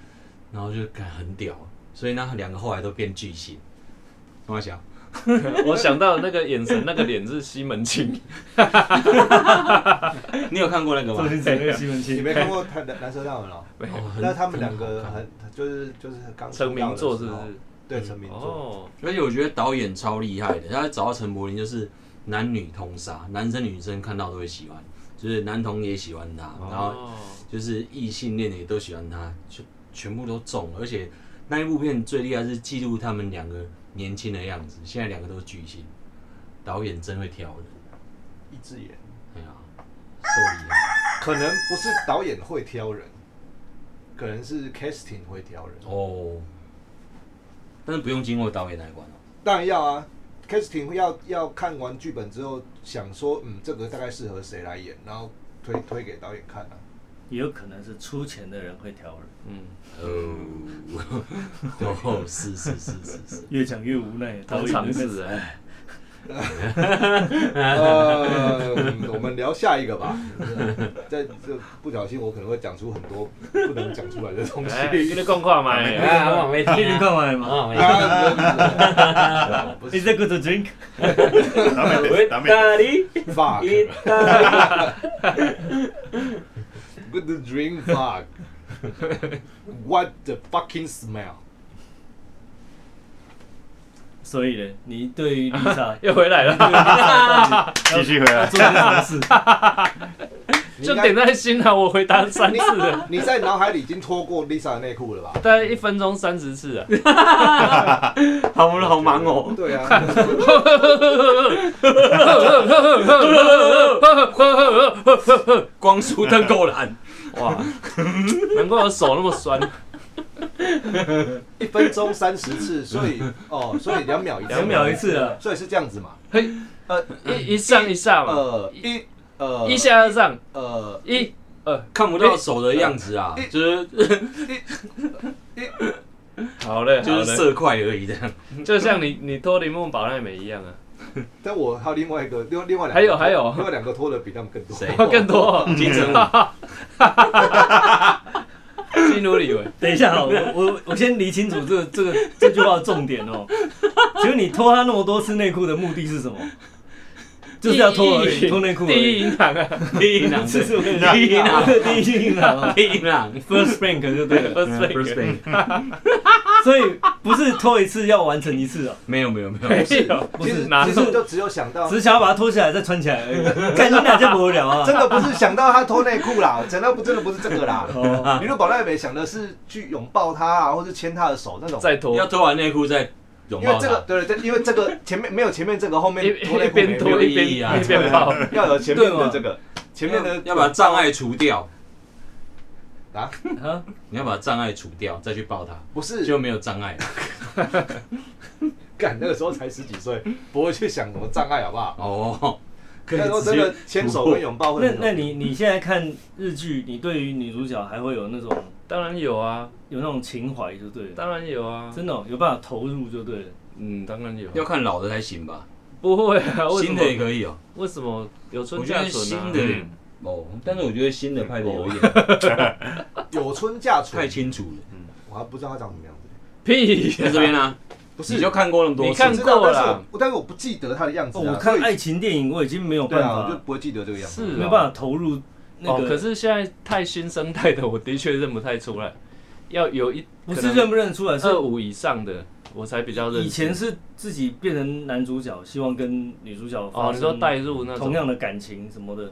C: 然后就感很屌，所以那两个后来都变巨星。我想，
A: 我想到那个眼神，那 <laughs> 个脸是西门庆，
C: <laughs> 你有看过那个
E: 周
C: 吗？
E: 星驰那个西门
B: 你
E: 庆，
B: 没看过《他的蓝色大门》哦？
A: 没有
C: 哦
B: 那他们两个，
C: 很好
B: 很就是就是刚
A: 成名作是哦不
B: 出道的时候
A: 是？
B: 对，成名作。
A: 哦，
C: 看而且我觉得导演超厉害的，他找到陈柏霖就是男女通杀，男生女生看到都会喜欢，就是男同也喜欢他，然后
A: 哦
C: 就是异性恋的也都喜欢他，就全部都中了。而且那一部片最厉害是记录他们两个年轻的样子。现在两个都是巨星，导演真会挑人。
B: 一只眼，
C: 哎呀，受益啊！
B: 可能不是导演会挑人，可能是 casting 会挑人。
C: 哦，但是不用经过导演那一关哦。
B: 当然要啊，casting 会要要看完剧本之后，想说嗯，这个大概适合谁来演，然后推推给导演看啊。
E: 也有可能是出钱的人会挑人，
A: 嗯，
C: 哦， <laughs> 哦，是是是是是，
E: 越讲越无奈。导
A: 通
E: 演
A: 常
E: 那
A: 是
E: 个
A: 哎，
B: 呃，
A: <laughs>
B: 我们聊下一个吧。在这不小心，我可能会讲出很多不能讲出来的东西。
A: 哎，给你讲
C: <laughs>
A: 看嘛，哎
C: 啊，往没
E: 你
C: 听
E: 你
C: 啊，
E: 干嘛嘛？
C: 往没听。
B: 啊不
E: 你
B: 是
E: 在 good drink？
D: ダメですダメです
C: 利，
B: fuck
C: 意大利，
B: good <laughs> dream fuck what the fucking smell？
E: 所以呢，你对于 Lisa
A: 又回来了，
D: 继续回来。
E: 做了什么
A: <laughs>
E: 事？
A: 就点在心啊，我回答三次了，
B: 你在脑海里已经脱过 Lisa 的内裤了吧？
A: 大概一分钟三十次啊，
C: 好，我们好忙哦。
B: 对啊，
C: 光速灯够蓝，
A: 哇，难怪我手那么酸，
B: 一分钟三十次，所以哦，所以两秒一次，
E: 两秒一，次啊，
B: 所以是这样子嘛？
A: 嘿，
B: 呃
A: 一一上一下嘛，
B: 呃一呃
A: 一下二上，
B: 呃
A: 一二，
C: 看不到手的样子啊，就是
A: 好嘞，好
C: 就是
A: 嘞，
C: 色块而已这样。
A: 就像你你脱林梦宝那美一样啊，
B: 但我还有另外一个，另另外两个
A: 还有还有
B: 另外两个拖的比他们更多，
C: 谁
A: 哇更多哦，<laughs>
C: 金城武，
A: 金如李维，
E: 等一下啊，我我我先理清楚这个这个这句话的重点哦。请问你脱他那么多次内裤的目的是什么？就是要脱而已，脱内裤而
A: 第一
E: 已。
A: 银 <laughs> 行啊
C: 第一郎，
E: 这是我跟你
C: 第一郎，
E: 第一印象啊
C: 第一郎
E: ，first rank 就对了。
A: ，first
C: ，first
A: ring，
C: day，
E: 所以不是脱一次要完成一次啊，
C: 没有没有没有，
A: 没有，
E: 不
B: 其
E: 是
B: 实
A: 哪
B: 其实就只有想到
E: 只。是想要把它脱下来再穿起来而已。干你俩就无聊啊
B: 真！的不是想到他脱内裤啦，想到不真的不是这个啦。
E: 哦，
B: 你如果宝奈美想的是去拥抱他啊，或是牵他的手那种，
A: 再脱
C: 要，脱完内裤再拥
B: 因为
C: 抱
B: 这个
C: 他。
B: 对对，因为这个前面没有前面这个，后面
A: 一
B: 脱内
A: 一
B: 裤没
A: 边
B: 有
A: 脱
C: 没有
A: 一
C: 意义啊
A: 边一边跑，
B: 要有前面的这个，前面的
C: 要把障碍除掉，
B: 啊，
E: 啊，
C: 你要把障碍除掉，再去抱他，
B: 不是
C: 就没有障碍。
B: 干那个时候才十几岁，不会去想什么障碍好不好？
C: 哦，可以
B: 那时候
C: 直
B: 真的
C: 接
B: 牵手跟拥抱会
E: 那
B: 很
E: 那你你现在看日剧，你对于女主角还会有那种
A: 当然有啊，
E: 有那种情怀就对了，
A: 当然有啊，
E: 真的哦有办法投入就对了。
A: 嗯，当然有啊，
C: 要看老的才行吧，
A: 不会啊，为什
C: 新的也
A: 么？
C: 可以哦。
A: 为什么有
C: 我
A: 春
C: 觉
A: 嫁
C: 得
A: 准
C: 新
A: 啊？
C: 的
D: 嗯
C: 哦，但是我觉得新的拍的有一点
B: 有春嫁
C: 哦 <laughs> 太
B: 春，
C: 清楚了。
B: 我还不知道他长什么样子，
A: 屁
C: 在这边呢，
B: 不是
C: 你就看过那么多
A: 你
C: 次
A: 看
B: 我，知道
A: 过
B: 但是
A: 啦
B: 我但是我不记得他的样子
E: 哦，
B: 啊，
E: 我看
B: 所以
E: 爱情电影我已啊经没有
B: 对
E: 办
B: 啊，我就
E: 法，
B: 不会记得这个样子。
A: 是
E: 没有
A: 哦
E: 办法投入那
A: 哦，可
E: 个。
A: 是现在太新生代的，我的确认不太出来，要有一
E: 不是认不认得出来，是
A: 二五以上的，呃我才比较认识。
E: 以前是自己变成男主角，希望跟女主角
A: 哦，
E: 发
A: 你说
E: 生
A: 代入那种，
E: 同样的感情什么的。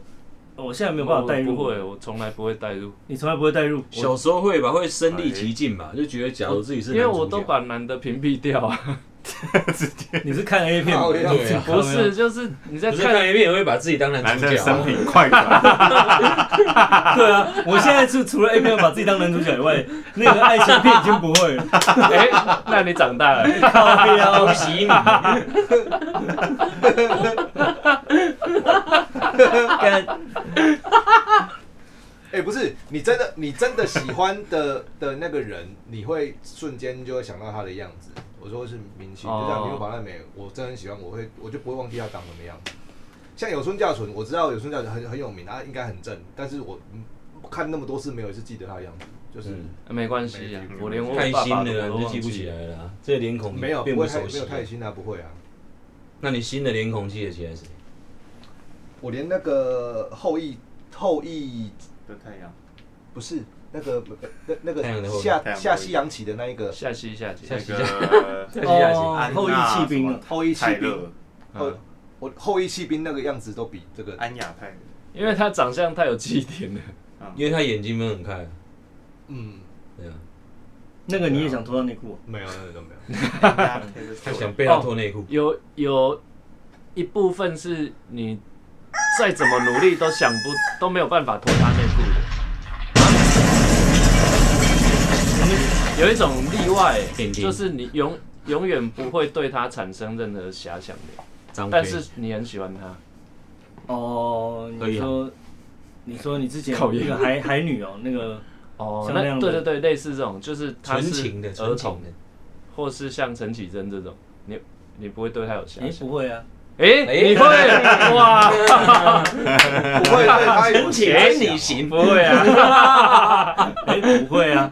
E: 哦我现在没有办法代
A: 我不
E: 入，
A: 会，我从来不会代入，
E: 你从来不会代入。
C: 小时候会吧，会身临其境吧，就觉得假如自己是
A: 因
C: 男
A: 为
C: 主角
A: 我都把男的屏蔽掉
E: <laughs>
A: 啊。
E: 你是看 A 片吗？
B: 靠腰
C: 对啊
A: 不是，就是你在
C: 不是看
A: 看，
C: 一遍也会把自己当男
D: 男
C: 主
D: 的
C: 角
D: 生
C: 啊。
D: 平快感，
E: 对啊，我现在是除了 A 片把自己当男主角以外，那个爱情片已经不会了。
A: <laughs> 哎，那你长大了， <laughs>
E: 靠腰
C: 恭喜你！
E: 干
B: 哎、不是，你真的你真的喜欢的的那个人，你会瞬间就会想到他的样子。我说是明星，
A: 哦
B: 就像牛宝奈美，我真的很喜欢，我会我就不会忘记他长什么样子。像有村架纯，我知道有村架纯很很有名，啊他应该很正，但是我嗯看那么多次没有一次记得他的样子，就是、
C: 嗯
A: 没关系
E: <laughs>
A: 啊，我连我
C: 太
A: 爸
C: 新
A: 爸
C: 了，
A: 都忘
C: 你就记不起来了啊，这脸孔
B: 没有
C: 变
B: 不会
C: 不
B: 太
C: 熟
B: 没
C: 悉
B: 有。太新啊，不会啊。
C: 那你新的脸孔记得起来谁？
B: 我连那个后羿后羿
D: 的太阳，
B: 不是那个那那
C: 太阳
B: 个
C: 的后羿
B: 下
D: 太阳的后羿
B: 下西洋棋的那一个
A: 下期下期
C: 下
D: 那
B: <laughs>
C: 期
D: 个
C: 再记下去。
E: 哦，后羿弃兵啊，
B: 后羿弃
D: 泰
B: 兵
D: 勒，，
E: 嗯
B: 后呃我后羿弃兵那个样子都比这
E: 哎
B: 个
D: 安雅泰勒，
A: 因为他长相太有记忆点了，
C: 因为他眼睛分很开啊，
B: 嗯。
C: 对啊，
E: 那个你也想脱到内裤哦？
B: 没有那个都没有。
C: 他想被他脱内裤，
A: 有有一部分是你再怎么努力都想不都没有办法脱他内裤的。有一种例外、
C: 钉钉
A: 就是你永永远不会对他产生任何遐想的，
C: 张
A: 但
C: 飞
A: 是你很喜欢他。
E: 哦，
C: 可
E: 你
C: 以啊
E: 说，你说你之前
A: 靠
E: 那
A: 腰
E: 个海海女哦，那 <laughs> 个
A: 哦，
E: 像那
A: 那
E: 样
A: 对
E: 的
A: 对对，类似这种，就是他
C: 纯
A: 是
C: 情的，
A: 儿
C: 纯
A: 童
C: 情的，
A: 或是像陈绮贞这种，你你不会对他有遐
E: 哎
A: 想。
E: 不会 <laughs> 啊，
A: 哎、
C: 哎
A: 你会哇？
B: 不会对他有遐想
A: 不会啊？
E: 哎不会啊，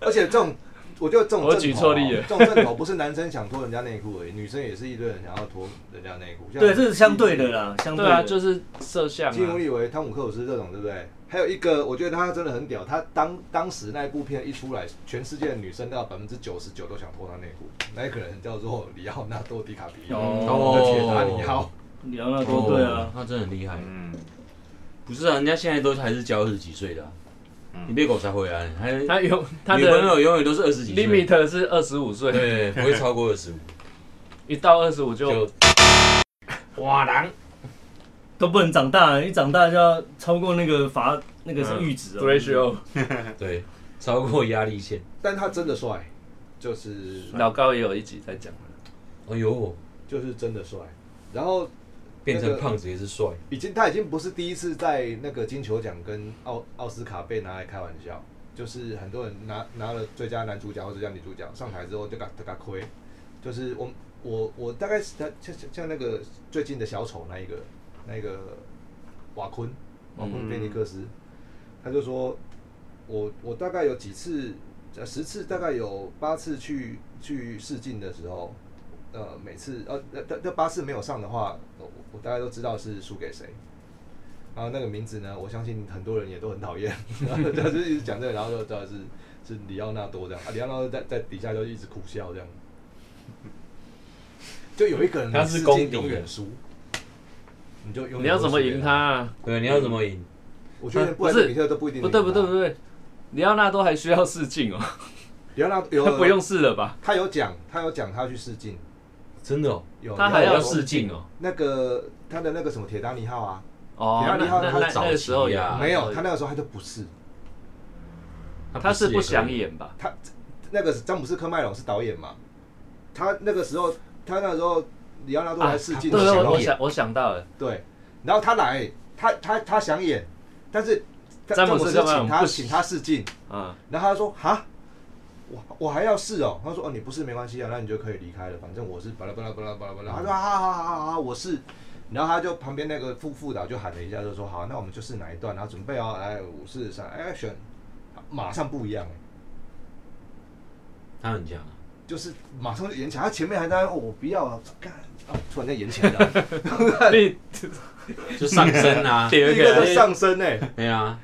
B: 而且这种，我觉得这种
A: 我
B: 正
A: 举
B: 头
A: 错
B: 啊
A: 例了
B: 这种正头不是男生想脱人家内裤而已，女生也是一堆人想要脱人家内裤。像
E: <laughs> 对，啊这是相对的啦，相
A: 对啊，
E: 的，
A: 就是摄像
B: 金
A: 啊
B: 武。以为汤姆克鲁斯这种，对不对？还有一个，我觉得他真的很屌，他当当时那一部片一出来，全世界的女生到百分之九十九都想脱他内裤，那一个人叫做里奥纳多·迪卡皮奥，
E: 哦
B: 我的铁达尼号。
E: 里奥
A: 哦
E: 纳多对啊，
C: 哦他真的很厉害。
D: 嗯，
C: 不是啊，人家现在都还是教二十几岁的啊
D: 嗯，
C: 你别狗才会啊，还女
A: 他有他
C: 朋友
A: 的
C: 永远都是二十几岁，
A: limit 是二十五岁，
C: 对，不会超过二十五，
A: 一到二十五就
C: 就哇狼，
E: 都不能长大，一长大就要超过那个罚那个是阈值哦。
A: ratio
C: 对，超过压力线。
B: 但他真的帅，就是
A: 老高也有一集在讲，
C: 哎呦，
B: 就是真的帅。然后
C: 变成胖子也是帅，
B: 已经他已经不是第一次在那个金球奖跟奥奥斯卡被拿来开玩笑，就是很多人拿拿了最佳男主角或最佳女主角上台之后就嘎就嘎亏，就是我我我大概是他像像像那个最近的小丑那一个那个瓦昆瓦昆菲尼克斯，他就说我我大概有几次呃十次大概有八次去去试镜的时候，呃，每次呃，那那那八次没有上的话，我我大概都知道是输给谁。然后那个名字呢，我相信很多人也都很讨厌， <laughs> 然后就是一直讲这个，然后就知道是是里奥纳多这样，啊，里奥纳多在在底下就一直苦笑这样。就有一个人
C: 他是
B: 试
C: 公
B: 镜
C: 敌
B: 永远
C: 的
B: 输，你就永远
A: 你要怎么赢他？
B: 啊？
A: 啊？
C: 对，你要怎么赢？
B: 我觉得
A: 啊
B: 布莱
A: 不是
B: 德比特都不一定
A: 不
B: 能
A: 对
B: 赢
A: 不对
B: 他
A: 不，对，里奥纳多还需要试镜哦，
B: 里奥纳多
A: 他
B: 有啊
A: 不用试了吧？
B: 他有讲，他有讲他去试镜，
C: 真的哦，
B: 有啊
A: 他还要
B: 有啊
A: 试镜哦。
B: 那个他的那个什么铁达尼号啊，
A: 哦
B: 里，奥
A: 那
B: 纳多
A: 那
B: 他
A: 那
C: 早
A: 那个时候
C: 期
A: 也
C: 啊
B: 没有，他那个时候他就不是，
A: 他是不想
C: 也可以，
A: 演吧？
B: 他那个是詹姆斯科麦隆是导演嘛，他那个时候他那个时候里奥纳多
A: 啊
B: 来试镜
A: 对，
B: 的时
A: 我
B: 候
A: 我，想我想到了，
B: 对，然后他来，他他他想演，但是他
A: 詹姆斯
B: 斯
A: 科麦
B: 请
A: 隆
B: 他
A: 不
B: 请他试镜，
A: 啊，
B: 然后他说哈。我我还要试哦，他说哦你不是没关系啊，那你就可以离开了，反正我是巴拉巴拉巴拉巴拉巴拉。他说好好好好好，我是，然后他就旁边那个副副导就喊了一下，就说好，那我们就试哪一段，然后准备哦，来五四三 action，马上不一样了。
C: 他很强啊，
B: 就是马上就演起来，他前面还在那边哦，我不要啊，干啊，突然间演起来了，
A: 你
C: 就上身啊，
A: 有
B: 一
A: 一个
B: 个在上升呢、
C: 对啊，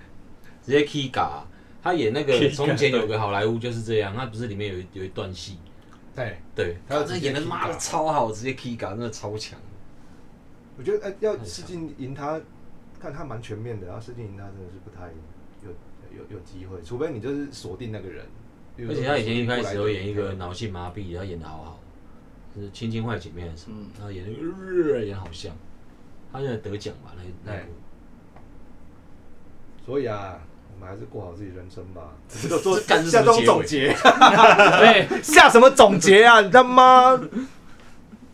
C: 直接 key 嘎啊。他演那
A: key
C: 个
A: 嘎
C: 从前有个好莱坞就是这样，他不是里面有一有一段戏，
B: 对，
C: 对，
B: 他要
C: 他
B: 直
C: 那
B: 接
C: 演的
B: key
C: 妈的
B: 嘎
C: 超好，直接 key 嘎，真的超强。
B: 我觉得哎、要试镜赢他，看他蛮全面的，然后试镜赢他真的是不太有有有机会，除非你就是锁定那个人。比如
C: 而
B: 说
C: 且他以前一开始都演一
B: 布
C: 个
B: 莱德
C: 脑性麻痹，他演的好好，就是《亲亲坏姐妹》还是什么
E: 嗯，
C: 他演那个、呃演得好像，他现在得奖吧？那那
B: 哎
C: 部
B: 所以啊，我们还是过好自己人生吧。就做
C: 这干是
B: 下
C: 什么
B: 种
C: 结尾
B: 总结，
A: 对，
B: 下什么总结啊？你他妈！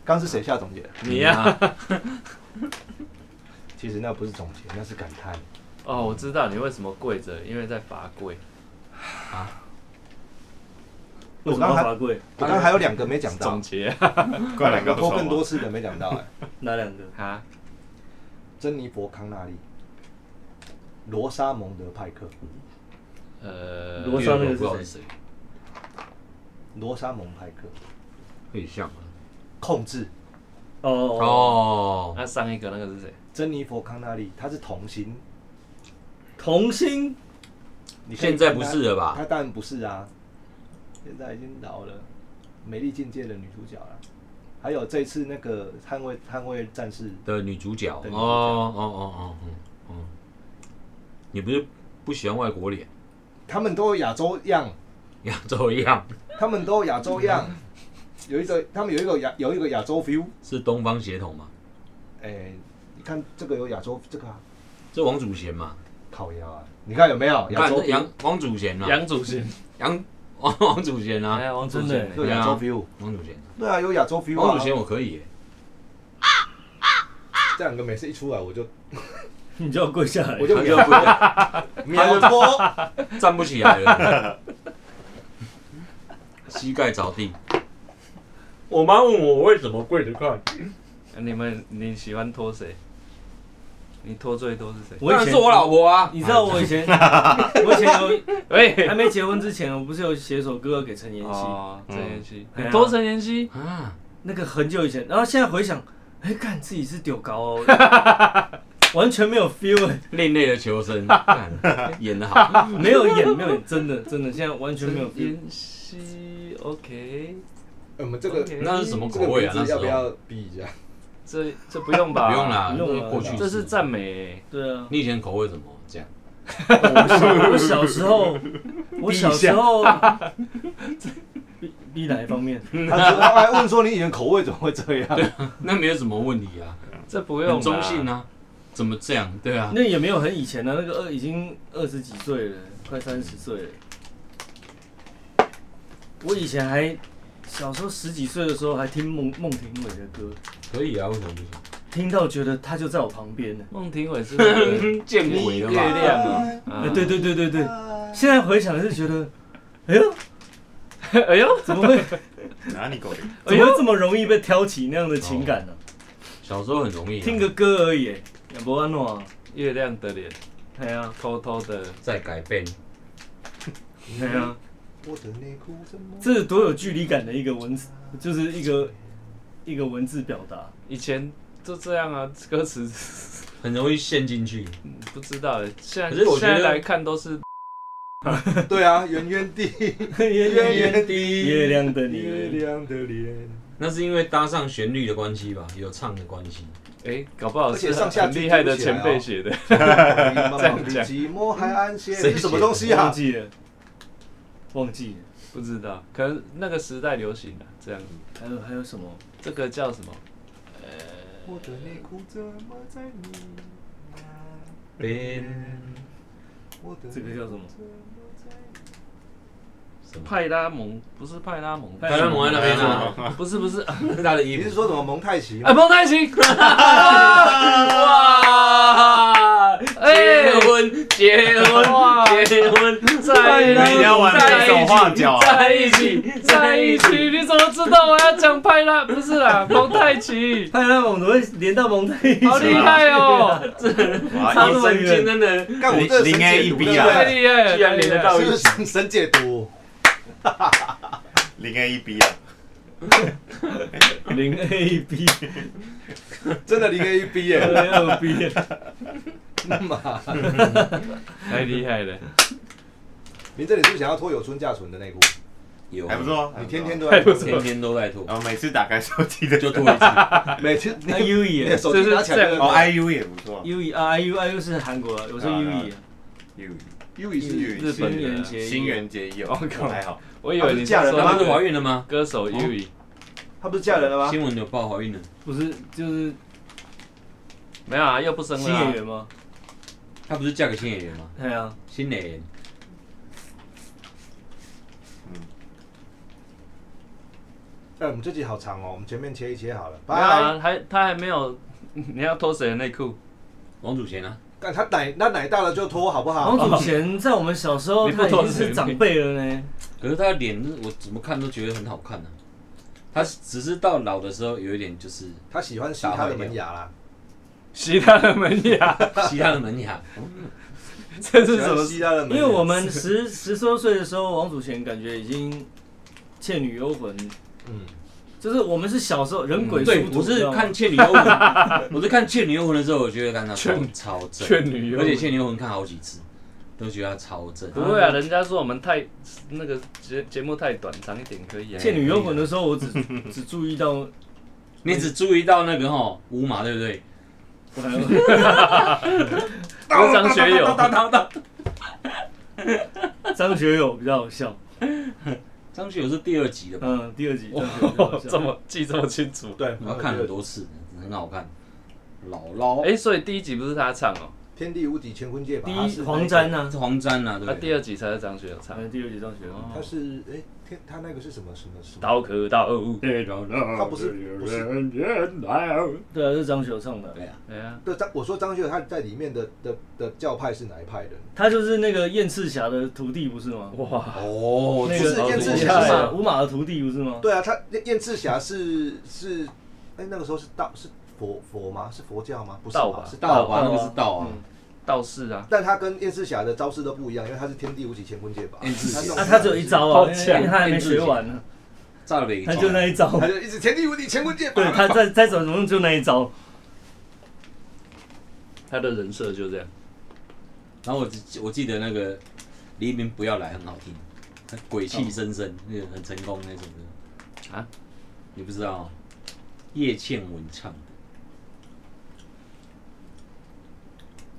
B: 刚是谁下总结的？
A: 你呀、
B: 其实那不是总结，那是感叹。
A: 哦，我知道你为什么跪着，因为在罚跪。
E: 为什么要罚跪？
B: 我刚刚还有两个没讲到
A: 总，结 <laughs>
D: 灌篮
B: 两个
D: 高
B: 拖
D: 手
B: 更
D: 吗
B: 多？次的没讲到、哎，
E: 哪两个？
A: 啊，
B: 珍妮佛·康纳利、罗莎蒙德·派克、
A: 呃，
E: 如果说那个
C: 我
E: 是
C: 不知道
E: 谁
C: 是谁，
B: 罗莎蒙派克
C: 可以像吗？
B: 控制
E: 哦哦，
C: 哦，
A: 那上一个那个是谁？
B: 珍妮佛·康纳利，她是童星，
E: 童星
B: 你可以
C: 现在不是了吧
B: 她当然不是啊，现在已经老了，美丽境界的女主角了。还有这次那个捍卫捍卫战士，
C: 的女主角，哦
B: 的女主角
C: 哦哦哦哦，嗯你不是不喜欢外国脸， <laughs>
B: 他们都有亚洲样，
C: 亚洲样
B: 他们都有亚洲
C: <laughs>
B: 样，有一个他们有一个亚有一个亚洲 feel，
C: 是东方血统嘛？
B: 哎、你看这个有亚洲这个啊，
C: 这王祖贤嘛？
B: 烤鸭啊，你看有没有
C: 你
B: 亚
C: 看
B: 洲
C: 这杨王祖贤嘛？
A: 杨祖贤，
C: 杨王 <laughs> 王祖贤啊，
A: 哎，王祖
E: 真的
A: 贤
E: 耶，
B: 有亚洲 feel？
C: 王祖贤，
B: 对啊，有亚洲 feel
C: 王
B: 啊
C: 祖。贤我可以耶，
B: 这两个每次一出来，我就
E: 你就要跪下来
B: 我。就
C: 他就不会
B: <laughs> 秒哎脱。
C: 站不起来了，膝盖着地。我妈问我为什么跪着看，
A: 哎你们你喜欢拖谁？你拖最多是谁？
E: 我以
C: 当然
E: 前
C: 是我老婆啊。
E: 你知道我以前，我以前有
A: <laughs> 喂
E: 还，没结婚之前，我不是有写首歌给陈妍希，
A: 哦，陈妍希，
E: 嗯
A: 你拖陈妍希，
C: 啊，
E: 那个很久以前，然后现在回想，哎，看自己是丢高哦，完全没有 feel，哎
C: 另类的求生，干演得
E: <laughs>
C: 好。
E: 没有演，没有演，真的真的，现在完全
A: 陈
E: 没有 feel。
A: 妍希，OK，
B: 我们这个
A: OK
C: 那是什么
B: 这
C: 口
B: 个
C: 味
B: 名
C: 啊？那
B: 字
C: 时
B: 要不
C: 候
B: 要比一下？
A: 这这不用吧？
C: <laughs> 不用啦，
E: 不用了
C: 过去式
A: 这是赞美。欸
E: 对啊，
C: 你以前口味怎么这样？
E: 我小时候，我小时候， <laughs> 逼逼哪一方面？
B: 他说他还问说你以前口味怎么会这样？
C: 那没有什么问题啊，
A: 这不用
C: 很
A: 啦
C: 中性。啊，怎么这样？对啊，
E: 那也没有很以前的、那个二已经二十几岁了，快三十岁了。我以前还小时候十几岁的时候还听孟孟庭苇的歌，
C: 可以啊，为什么不行？
E: 听到觉得他就在我旁边呢。
A: 孟庭苇是那个
C: <laughs> 见鬼了
A: 月
C: 吧？
A: 亮啊 <laughs>
E: 哎、
A: 啊，
E: 对对对对对，现在回想是觉得，哎呦，
A: 对，哎呦，
E: 怎么会
D: 哪里狗？
E: 怎么会这么容易被挑起那样的情感呢、
C: 小时候很容易啊
E: 听个歌而已，也不安诺啊，
A: <laughs> 月亮的脸
E: 哎呀
A: 偷偷的，
C: 再改变，
E: 哎呀，
B: 我的内裤怎么？
E: 这是多有距离感的一个文字，就是一个一个文字表达。
A: 以前就这样啊，歌词
C: 很容易陷进去。
A: 不知道欸，现在
C: 可是我
A: 现
C: 觉得
A: 在来看都是
B: <laughs> 对啊，圆圆地，
E: 圆
B: 圆圆
E: <laughs> 月
B: 地，
E: 亮的
B: 月
E: 你，
B: 亮的脸。
C: 那是因为搭上旋律的关系吧，有唱的关系。
A: 哎，搞不好
B: 而
A: 是
B: 且上下
A: 很
B: 句
A: 厉害的
C: 啊
B: 读起来
A: 前辈
B: 哦
A: 写的。
B: 这
A: 样讲
B: 寂寞海岸线
C: 谁
B: 是什么东西啊
E: 忘？记了，忘记了。
A: 不知道，可能那个时代流行的、这样子。
E: 还有还有什么？
A: 这个叫什么？
B: 我的内裤怎么在你那？
C: 边
B: 嗯我的内裤
E: 这个叫什么
B: 怎么在你
C: 什么？
A: 派拉蒙？不是派拉蒙，
E: 派
C: 台湾蒙在那边啊，
A: 不是不是，啊，
C: 那是他的衣
B: 你是
C: 服。
B: 说什么蒙太奇
A: <laughs>
B: 吗？
A: 蒙太奇。
C: 哇！
A: 哎
C: 结婚，结
A: 哇
C: 婚，结婚，在
A: 派
C: 一
A: 拉蒙
C: 起，
D: 你哎要玩
C: 在
D: 比
C: 一
D: 手
C: 起，
D: 画脚
A: <laughs>
D: 啊！
C: 在一起，
A: 在
C: 在
A: 一
C: 一
A: 起，
C: 起。
A: 你怎么知道我要讲派拉？不是啦，蒙太奇，
E: 派拉蒙怎么会连到蒙太奇？
A: 好厉害
C: <laughs>
A: 哦，
D: 哇
E: 差
C: 他
E: 不
D: 一
E: 多
C: 神经真的，
B: 干我这个
D: 零
B: 神解
D: 零 A
B: 读
D: 一 B
B: 对不
A: 太
D: 啊
B: 对
A: 厉害了，
C: 居然连得到
B: 是不是神神解读？
D: 零 A 一 B 啊！
E: 零 A B
B: 真的零 A 一 B
E: <laughs> 二
B: 耶！
E: 二 B，
B: 妈，
A: 太厉害了，
B: 你这里是不是想要脱有春嫁纯的内裤？
C: 有
D: 还不，错，哎哦还不
B: 你
D: 错
B: 天天都在脱，
C: 天天都在吐，
D: 然后每次打开手机的
C: 就吐一次。
B: 每天你
E: <laughs> 那 U
B: 你
E: E
B: 的手机拿起来
A: 这
B: 就
D: <laughs> 哦，IU 也不错
E: U E 啊 I U I U 是韩国啊，我说
D: 啊
E: U
D: 啊
E: E，
D: ，U
B: ，U 也是
A: 日本
E: 新
A: 人
E: 元节
D: 新元节有，
A: 哦靠
D: 还好，
A: 我以为你是说
C: 那
A: 那
C: 啊她是怀
A: 个
C: 孕了吗？
A: 歌手 Yui，
B: 她不是嫁人了吗？
C: 新闻有报怀孕了，
E: 不是就是
A: 没有啊，又不生
E: 新
A: 了啊
E: 演，员吗？
C: 她不是嫁给新演员吗？
E: 对啊，
C: 新演员，
B: 哎，我们这集好长哦，我们前面切一切好了。
A: 没有啊，
B: 拜。
A: 还他还没有， <laughs> 你要脱谁的内裤？
C: 王祖贤啊，
B: 干他奶他奶大了就脱好不
E: 王
B: 好？
E: 祖贤在我们小时候
A: 你不
E: 他已经
A: 懂谁
E: 是长辈了呢。
C: 可是她的脸我怎么看都觉得很好看呢、啊。她只是到老的时候有一点就是
B: 他喜欢洗他的门牙啦，
A: 其他的门牙，
C: 其他的门牙，
A: <laughs> 这是
B: 喜
A: 什
B: 欢
A: 么？
B: 吸他的门
E: 因
B: 牙。
E: 为我们十十多岁的时候，王祖贤感觉已经《倩女幽魂》，
B: 嗯，
E: 就是我们是小时候人鬼
C: 嗯
E: 殊
C: 对，
E: 途，
C: 我
E: 你知
C: 是
E: 道吗
C: 看《倩女幽魂》，我是看《倩女幽魂》的时候，我觉得看她超
A: 倩
C: 超正，
A: 倩女幽
C: 而
A: 魂
C: 且《倩女幽魂》看好几次，都觉得她超正。
A: 不会啊，人家说我们太那个节节目太短，长一点可以啊。
E: 《倩女幽魂》的时候，我只只注意到我
C: 你只注意到那个吼五马，对不对？
E: 还
A: 跟张学
D: <laughs>
A: 友，
E: <laughs> 张学友比较好笑，
C: 张学友是第二集的吧？
E: 嗯，第二集张学友比较好
A: 哇，
E: 笑
A: 这么记这么清楚。
B: 对，
C: 我看很多次，很好看。姥姥，
A: <laughs> 哎、所以第一集不是他唱哦，
B: 天地无极，乾坤界吧。
E: 第
B: 他是
E: 一
B: 那
E: 黄
B: 个
E: 沾，呐，
C: 是黄沾啊，
A: 那、第
C: 对。
A: 二集才是张学友唱。
E: 嗯，第二集张学友，
B: 他是哎，天，他那个是什么什么什么？
A: 刀可刀，
B: 他不是不是，
E: 对啊，是张学友唱的，
C: 对啊，
A: 哎呀，
B: 对张我说张学友他在里面的的的教派是哪一派的？
E: 他就是那个燕赤霞的徒弟不是吗？
A: 哇，
C: 哦，
E: 那
B: 不
E: 个
B: 是燕赤
E: 五
B: 霞
E: 马
B: 是
A: 是
E: 五马的徒弟不是吗？
B: 对啊，他燕燕赤霞是是，哎那个时候是道是佛佛吗？是佛教吗？不是
A: 道
B: 吧
A: 吧？
B: 是道
C: 道
B: 吧？
C: 吧，那个是道啊，
A: 道士啊，
B: 但他跟燕赤霞的招式都不一样，因为他是天地无极乾坤界吧。
C: 燕赤霞
B: 弄
E: 啊，他只有一招啊，
A: 好
E: 因为
A: 强
E: 因为他还没学完呢，
C: 炸雷
E: 他就那一招，
B: 他就一直天地无敌乾坤剑。 <laughs>
E: 对他再再怎么用就那一招，
A: 他的人设就这样。
C: 然后我只我记得那个《黎明不要来》很好听，它鬼气森森，
E: 哦
C: 那个很成功那首歌
A: 啊，
C: 你不知道哦？叶倩文唱的《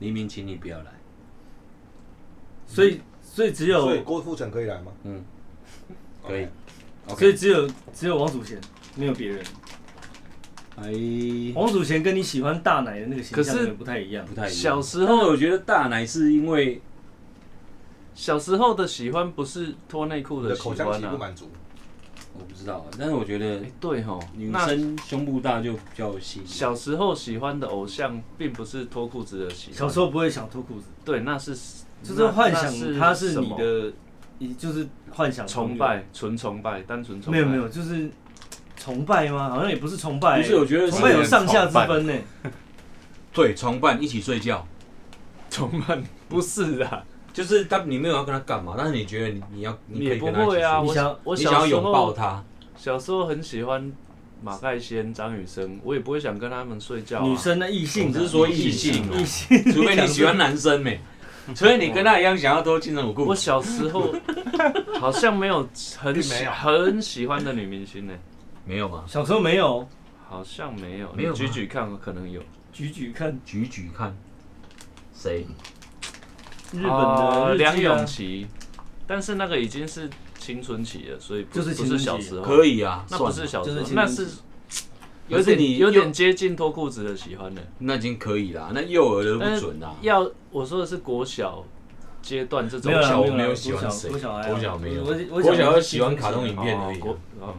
C: 黎明，请你不要来》。
E: 所以所以只有
B: 所以郭富城可以来吗？
C: 嗯，可以。
E: 所以
C: OK，
E: 只有只有王祖贤，没有别人。
C: 哎，
E: 王祖贤跟你喜欢大奶的那个形
A: 可
E: 象
A: 是
E: 有点不太一样
C: 不。太一样。
A: 小时
C: 但是
A: 候，
C: 我觉得大奶是因为
A: 小时候的喜欢不是脱内裤
B: 你的
A: 喜
B: 口腔期
A: 欢
B: 不
A: 啊。
B: 满足，
C: 我不知道，啊但是我觉得
A: 哎、对吼，
C: 女
A: 那
C: 生胸部大就比较吸引。
A: 小时候喜欢的偶像，并不是脱裤子的喜欢。
E: 小时候不会想脱裤子，
A: 对，那是
E: 就是幻想他是
A: 什
E: 你
A: 么
E: 的，一就是幻想朋友
A: 崇。拜，纯崇拜，单纯崇拜。
E: 没有没有，就是崇拜吗？好像也不是崇拜欸，
C: 不是我觉得是
E: 崇拜有上下之分呢。
C: 对床伴一起睡觉，
A: 崇拜，不是啊，
C: 就是他你没有要跟他干嘛，但是你觉得你你要你
A: 你
C: 可
A: 也
C: 以
A: 不
C: 跟他一起
A: 会啊。
C: 睡
E: 你
A: 我
E: 想
A: 我
C: 你
A: 小
C: 想要
A: 时
C: 拥抱
A: 候 <laughs>
C: 他，
A: 小时候很喜欢马盖先、张雨生，我也不会想跟他们睡觉、啊。
E: 女生的异性啊，
C: 我是说
E: 异
C: 异性啊
E: 异性，
C: 除非你喜欢男
A: <laughs>
C: 生没，除非你跟他一样想要脱金城武
A: 我
C: 裤。
A: 小时
E: <laughs>
A: 候好像没有很
B: 并
A: 喜
B: 没有
A: 很喜欢的女明星呢、
C: 没有吗？
E: <laughs> 小时候没有，
A: 好像没有。
C: 没有
A: 你举
C: 吗
A: 举看，可能有。
E: 举举看
C: 举举看，谁？
E: 日本
A: 啊
C: 哦
E: 的日剧啊
A: 梁咏，琪，但是那个已经是青春期了，所以不
E: 就是
A: 不
E: 青春
A: 是
E: 期
A: 小时候，
C: 可以啊，
A: 那不
C: 算
A: 是
C: 了，
A: 小时
E: 就
A: 候
E: 是，青春
A: 那
E: 期
A: 是
C: 可
A: 有
C: 是
A: 点
C: 你
A: 有
C: 幼
A: 点接近脱裤子的喜欢的。
C: 那已经可以啦，那幼儿的不准啦。啊
A: 要我说的是国小阶段这种
E: 没有啦
C: 小
E: 没
C: 我
E: 有啦
C: 没有喜欢谁，
E: 国小
A: 啊
E: 国小还好
C: 国小没有，
E: 我
C: 国
E: 我小
C: 小喜欢卡通影片而
A: 哦
C: 已啊。
A: 国哦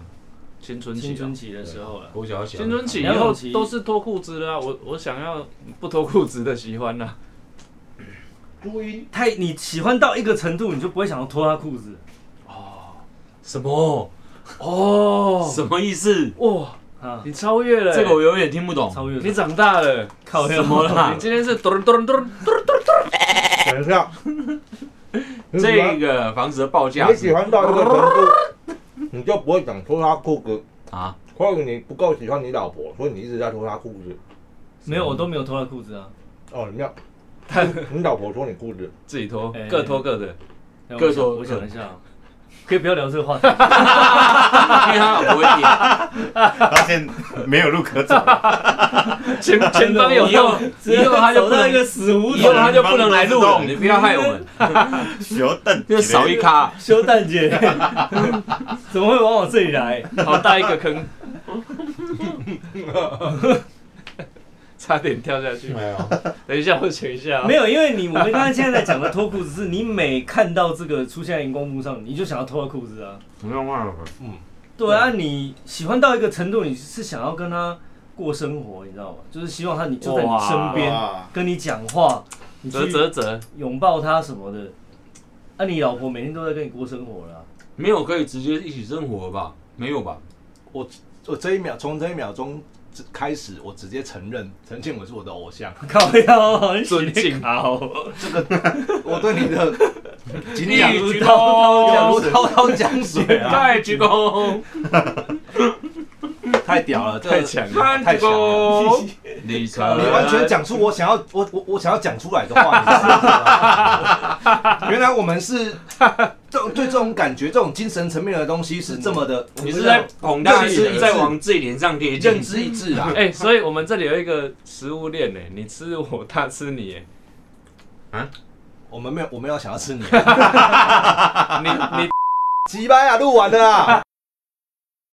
A: 青春期
E: 青
A: 啊
E: 春期的时候了。
C: 国小喜欢
A: 青春期以啊
E: 梁
A: 后
E: 咏琪
A: 都是脱裤子的啊，我我想要不脱裤子的喜欢啊。
B: 朱茵
E: 太你喜欢到一个程度，你就不会想要脱他裤子
C: 什么
A: 哦，
C: 什么意思？
A: 哇，
E: 啊，
A: 你超越了欸、
C: 这个我永远听不懂。
E: 超越
A: 你长大了，
E: 靠
C: 什么啦
A: 你？今天是咚咚咚咚咚，
B: <laughs> 等一下，
C: 这个房子的报价
B: 你
C: 是
B: 喜欢到一个程度， <laughs> 你就不会想脱他裤子，
C: 啊，
B: 或者你不够喜欢你老婆，所以你一直在脱他裤子。
E: <laughs> 没有，我都没有脱他裤子啊，
B: 哦，你没有，你老婆脱你裤子，
A: 自己脱
E: 哎，
A: 各脱各 <laughs> 的。
E: 哎
C: 各
E: 我想
C: 脱
E: 我想
C: 各
E: 一下啊，可以不要聊这个话题吗。
C: 因为他老婆会点。
D: 发现没有路可走了， <laughs>
A: 前前方有
C: 以后 <laughs> 以后他就不
E: 走到
C: 能
E: 一个死胡
C: 以后
E: 同，
C: 他就不能来录了，你不要害我们，
D: 小邓
C: 就少一咖。
E: 修蛋姐 <laughs> 怎么会往我这里来？
A: 好大一个 <laughs> 坑，差点跳下去。
B: 有，
A: 等一下，我选一下啊。
E: <laughs> 没有，因为你我们刚才现在在讲的脱裤子，是你每看到这个出现在荧光幕上，你就想要脱他裤子啊。
C: 不要忘了，
E: 对啊，你喜欢到一个程度，你是想要跟他过生活，你知道吗？就是希望他你就在你身边，
D: 哇
E: 跟你讲话，你
A: 折
E: 去
A: 折折，
E: 拥抱他什么的。啊，你老婆每天都在跟你过生活了啊、
C: 没有可以直接一起生活吧？没有吧？
B: 我我这一秒从这一秒钟开始，我直接承认陈建伟是我的偶
C: 嗯
B: 像，
E: <laughs> 靠腰，很
A: 尊敬
E: 好。
B: 我对你的敬仰
C: 一鞠
B: 仰如
C: 躬，
B: 滔滔江水啊！
C: 再鞠躬，
B: 太屌了，
A: <laughs>
B: 这
A: 太强了。
C: 三
A: <laughs>
C: 鞠躬。你
B: <laughs> 你
C: 才
B: 完全讲出我想要我我我想要讲出来的话你知道吗。 <laughs> 原来我们是这种对这种感觉、这种精神层面的东西是这么的，
C: 嗯你是在捧大
B: 认知一
C: 是
B: 致
C: 在往嗯自己脸上贴
B: 认
C: 金。
B: 知一致啊。
A: 哎、所以我们这里有一个食物链呢、你吃我，他吃你、欸，
B: <laughs> 我们没有，我们要想要吃你，
A: 你你
B: <laughs>
A: <laughs>
B: 鸡掰啊，录完了啊。